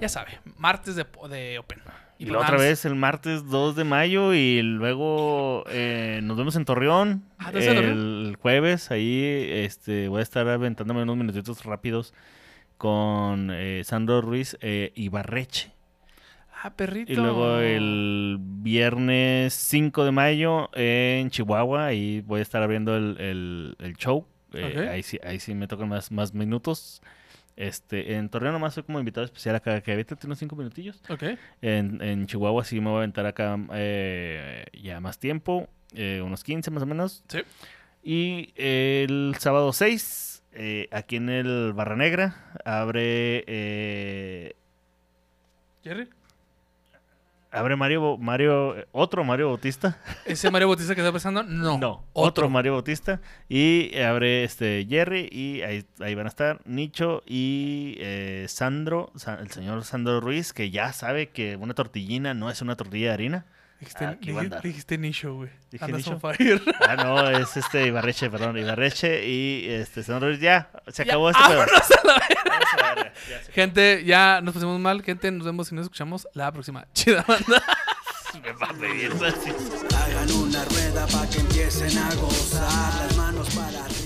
Speaker 2: Ya sabe, martes de, de Open.
Speaker 3: Y,
Speaker 2: pues
Speaker 3: la
Speaker 2: nada
Speaker 3: otra
Speaker 2: más.
Speaker 3: vez el martes 2 de mayo y luego eh, nos vemos en Torreón
Speaker 2: Ah, ¿te
Speaker 3: el
Speaker 2: ves en
Speaker 3: jueves. Ahí este, voy a estar aventándome unos minutitos rápidos con eh, Sandro Ruiz eh, y Barreche.
Speaker 2: Ah, perrito.
Speaker 3: Y luego el viernes 5 de mayo en Chihuahua, ahí voy a estar abriendo el, el- el show. Eh,
Speaker 2: Ok.
Speaker 3: ahí, sí, ahí sí me tocan más, más minutos. Este, en Torreón nomás soy como invitado especial acá, que ahorita tiene unos 5 minutillos.
Speaker 2: Ok.
Speaker 3: En, en Chihuahua sí me voy a aventar acá eh, ya más tiempo, eh, unos 15 más o menos.
Speaker 2: Sí.
Speaker 3: Y el sábado 6 eh, aquí en el Barra Negra, abre eh,
Speaker 2: ¿Jerry?
Speaker 3: abre Mario Bo- Mario eh, otro Mario Bautista.
Speaker 2: ¿Ese Mario Bautista que está pasando? No.
Speaker 3: No, otro Mario Bautista y abre este Jerry y ahí, ahí van a estar Nicho y eh, Sandro, Sa- el señor Sandro Ruiz que ya sabe que una tortillina no es una tortilla de harina.
Speaker 2: Dijiste,
Speaker 3: Ah, aquí va a
Speaker 2: dij-
Speaker 3: andar.
Speaker 2: dijiste Nicho, güey.
Speaker 3: Dije
Speaker 2: Andas
Speaker 3: Nicho.
Speaker 2: on fire.
Speaker 3: Ah, no, es este Ibarreche, perdón, Ibarreche y este Sandro Ruiz ya se acabó este pedo.
Speaker 2: Vámonos a la verga.
Speaker 3: Vamos a la verga, ya se-
Speaker 2: Gente, ya nos pusimos mal. Gente, nos vemos y nos escuchamos la próxima. Chida banda.
Speaker 3: Me va a pedir, así.
Speaker 1: Hagan una rueda para que empiecen a gozar. Las manos para arriba.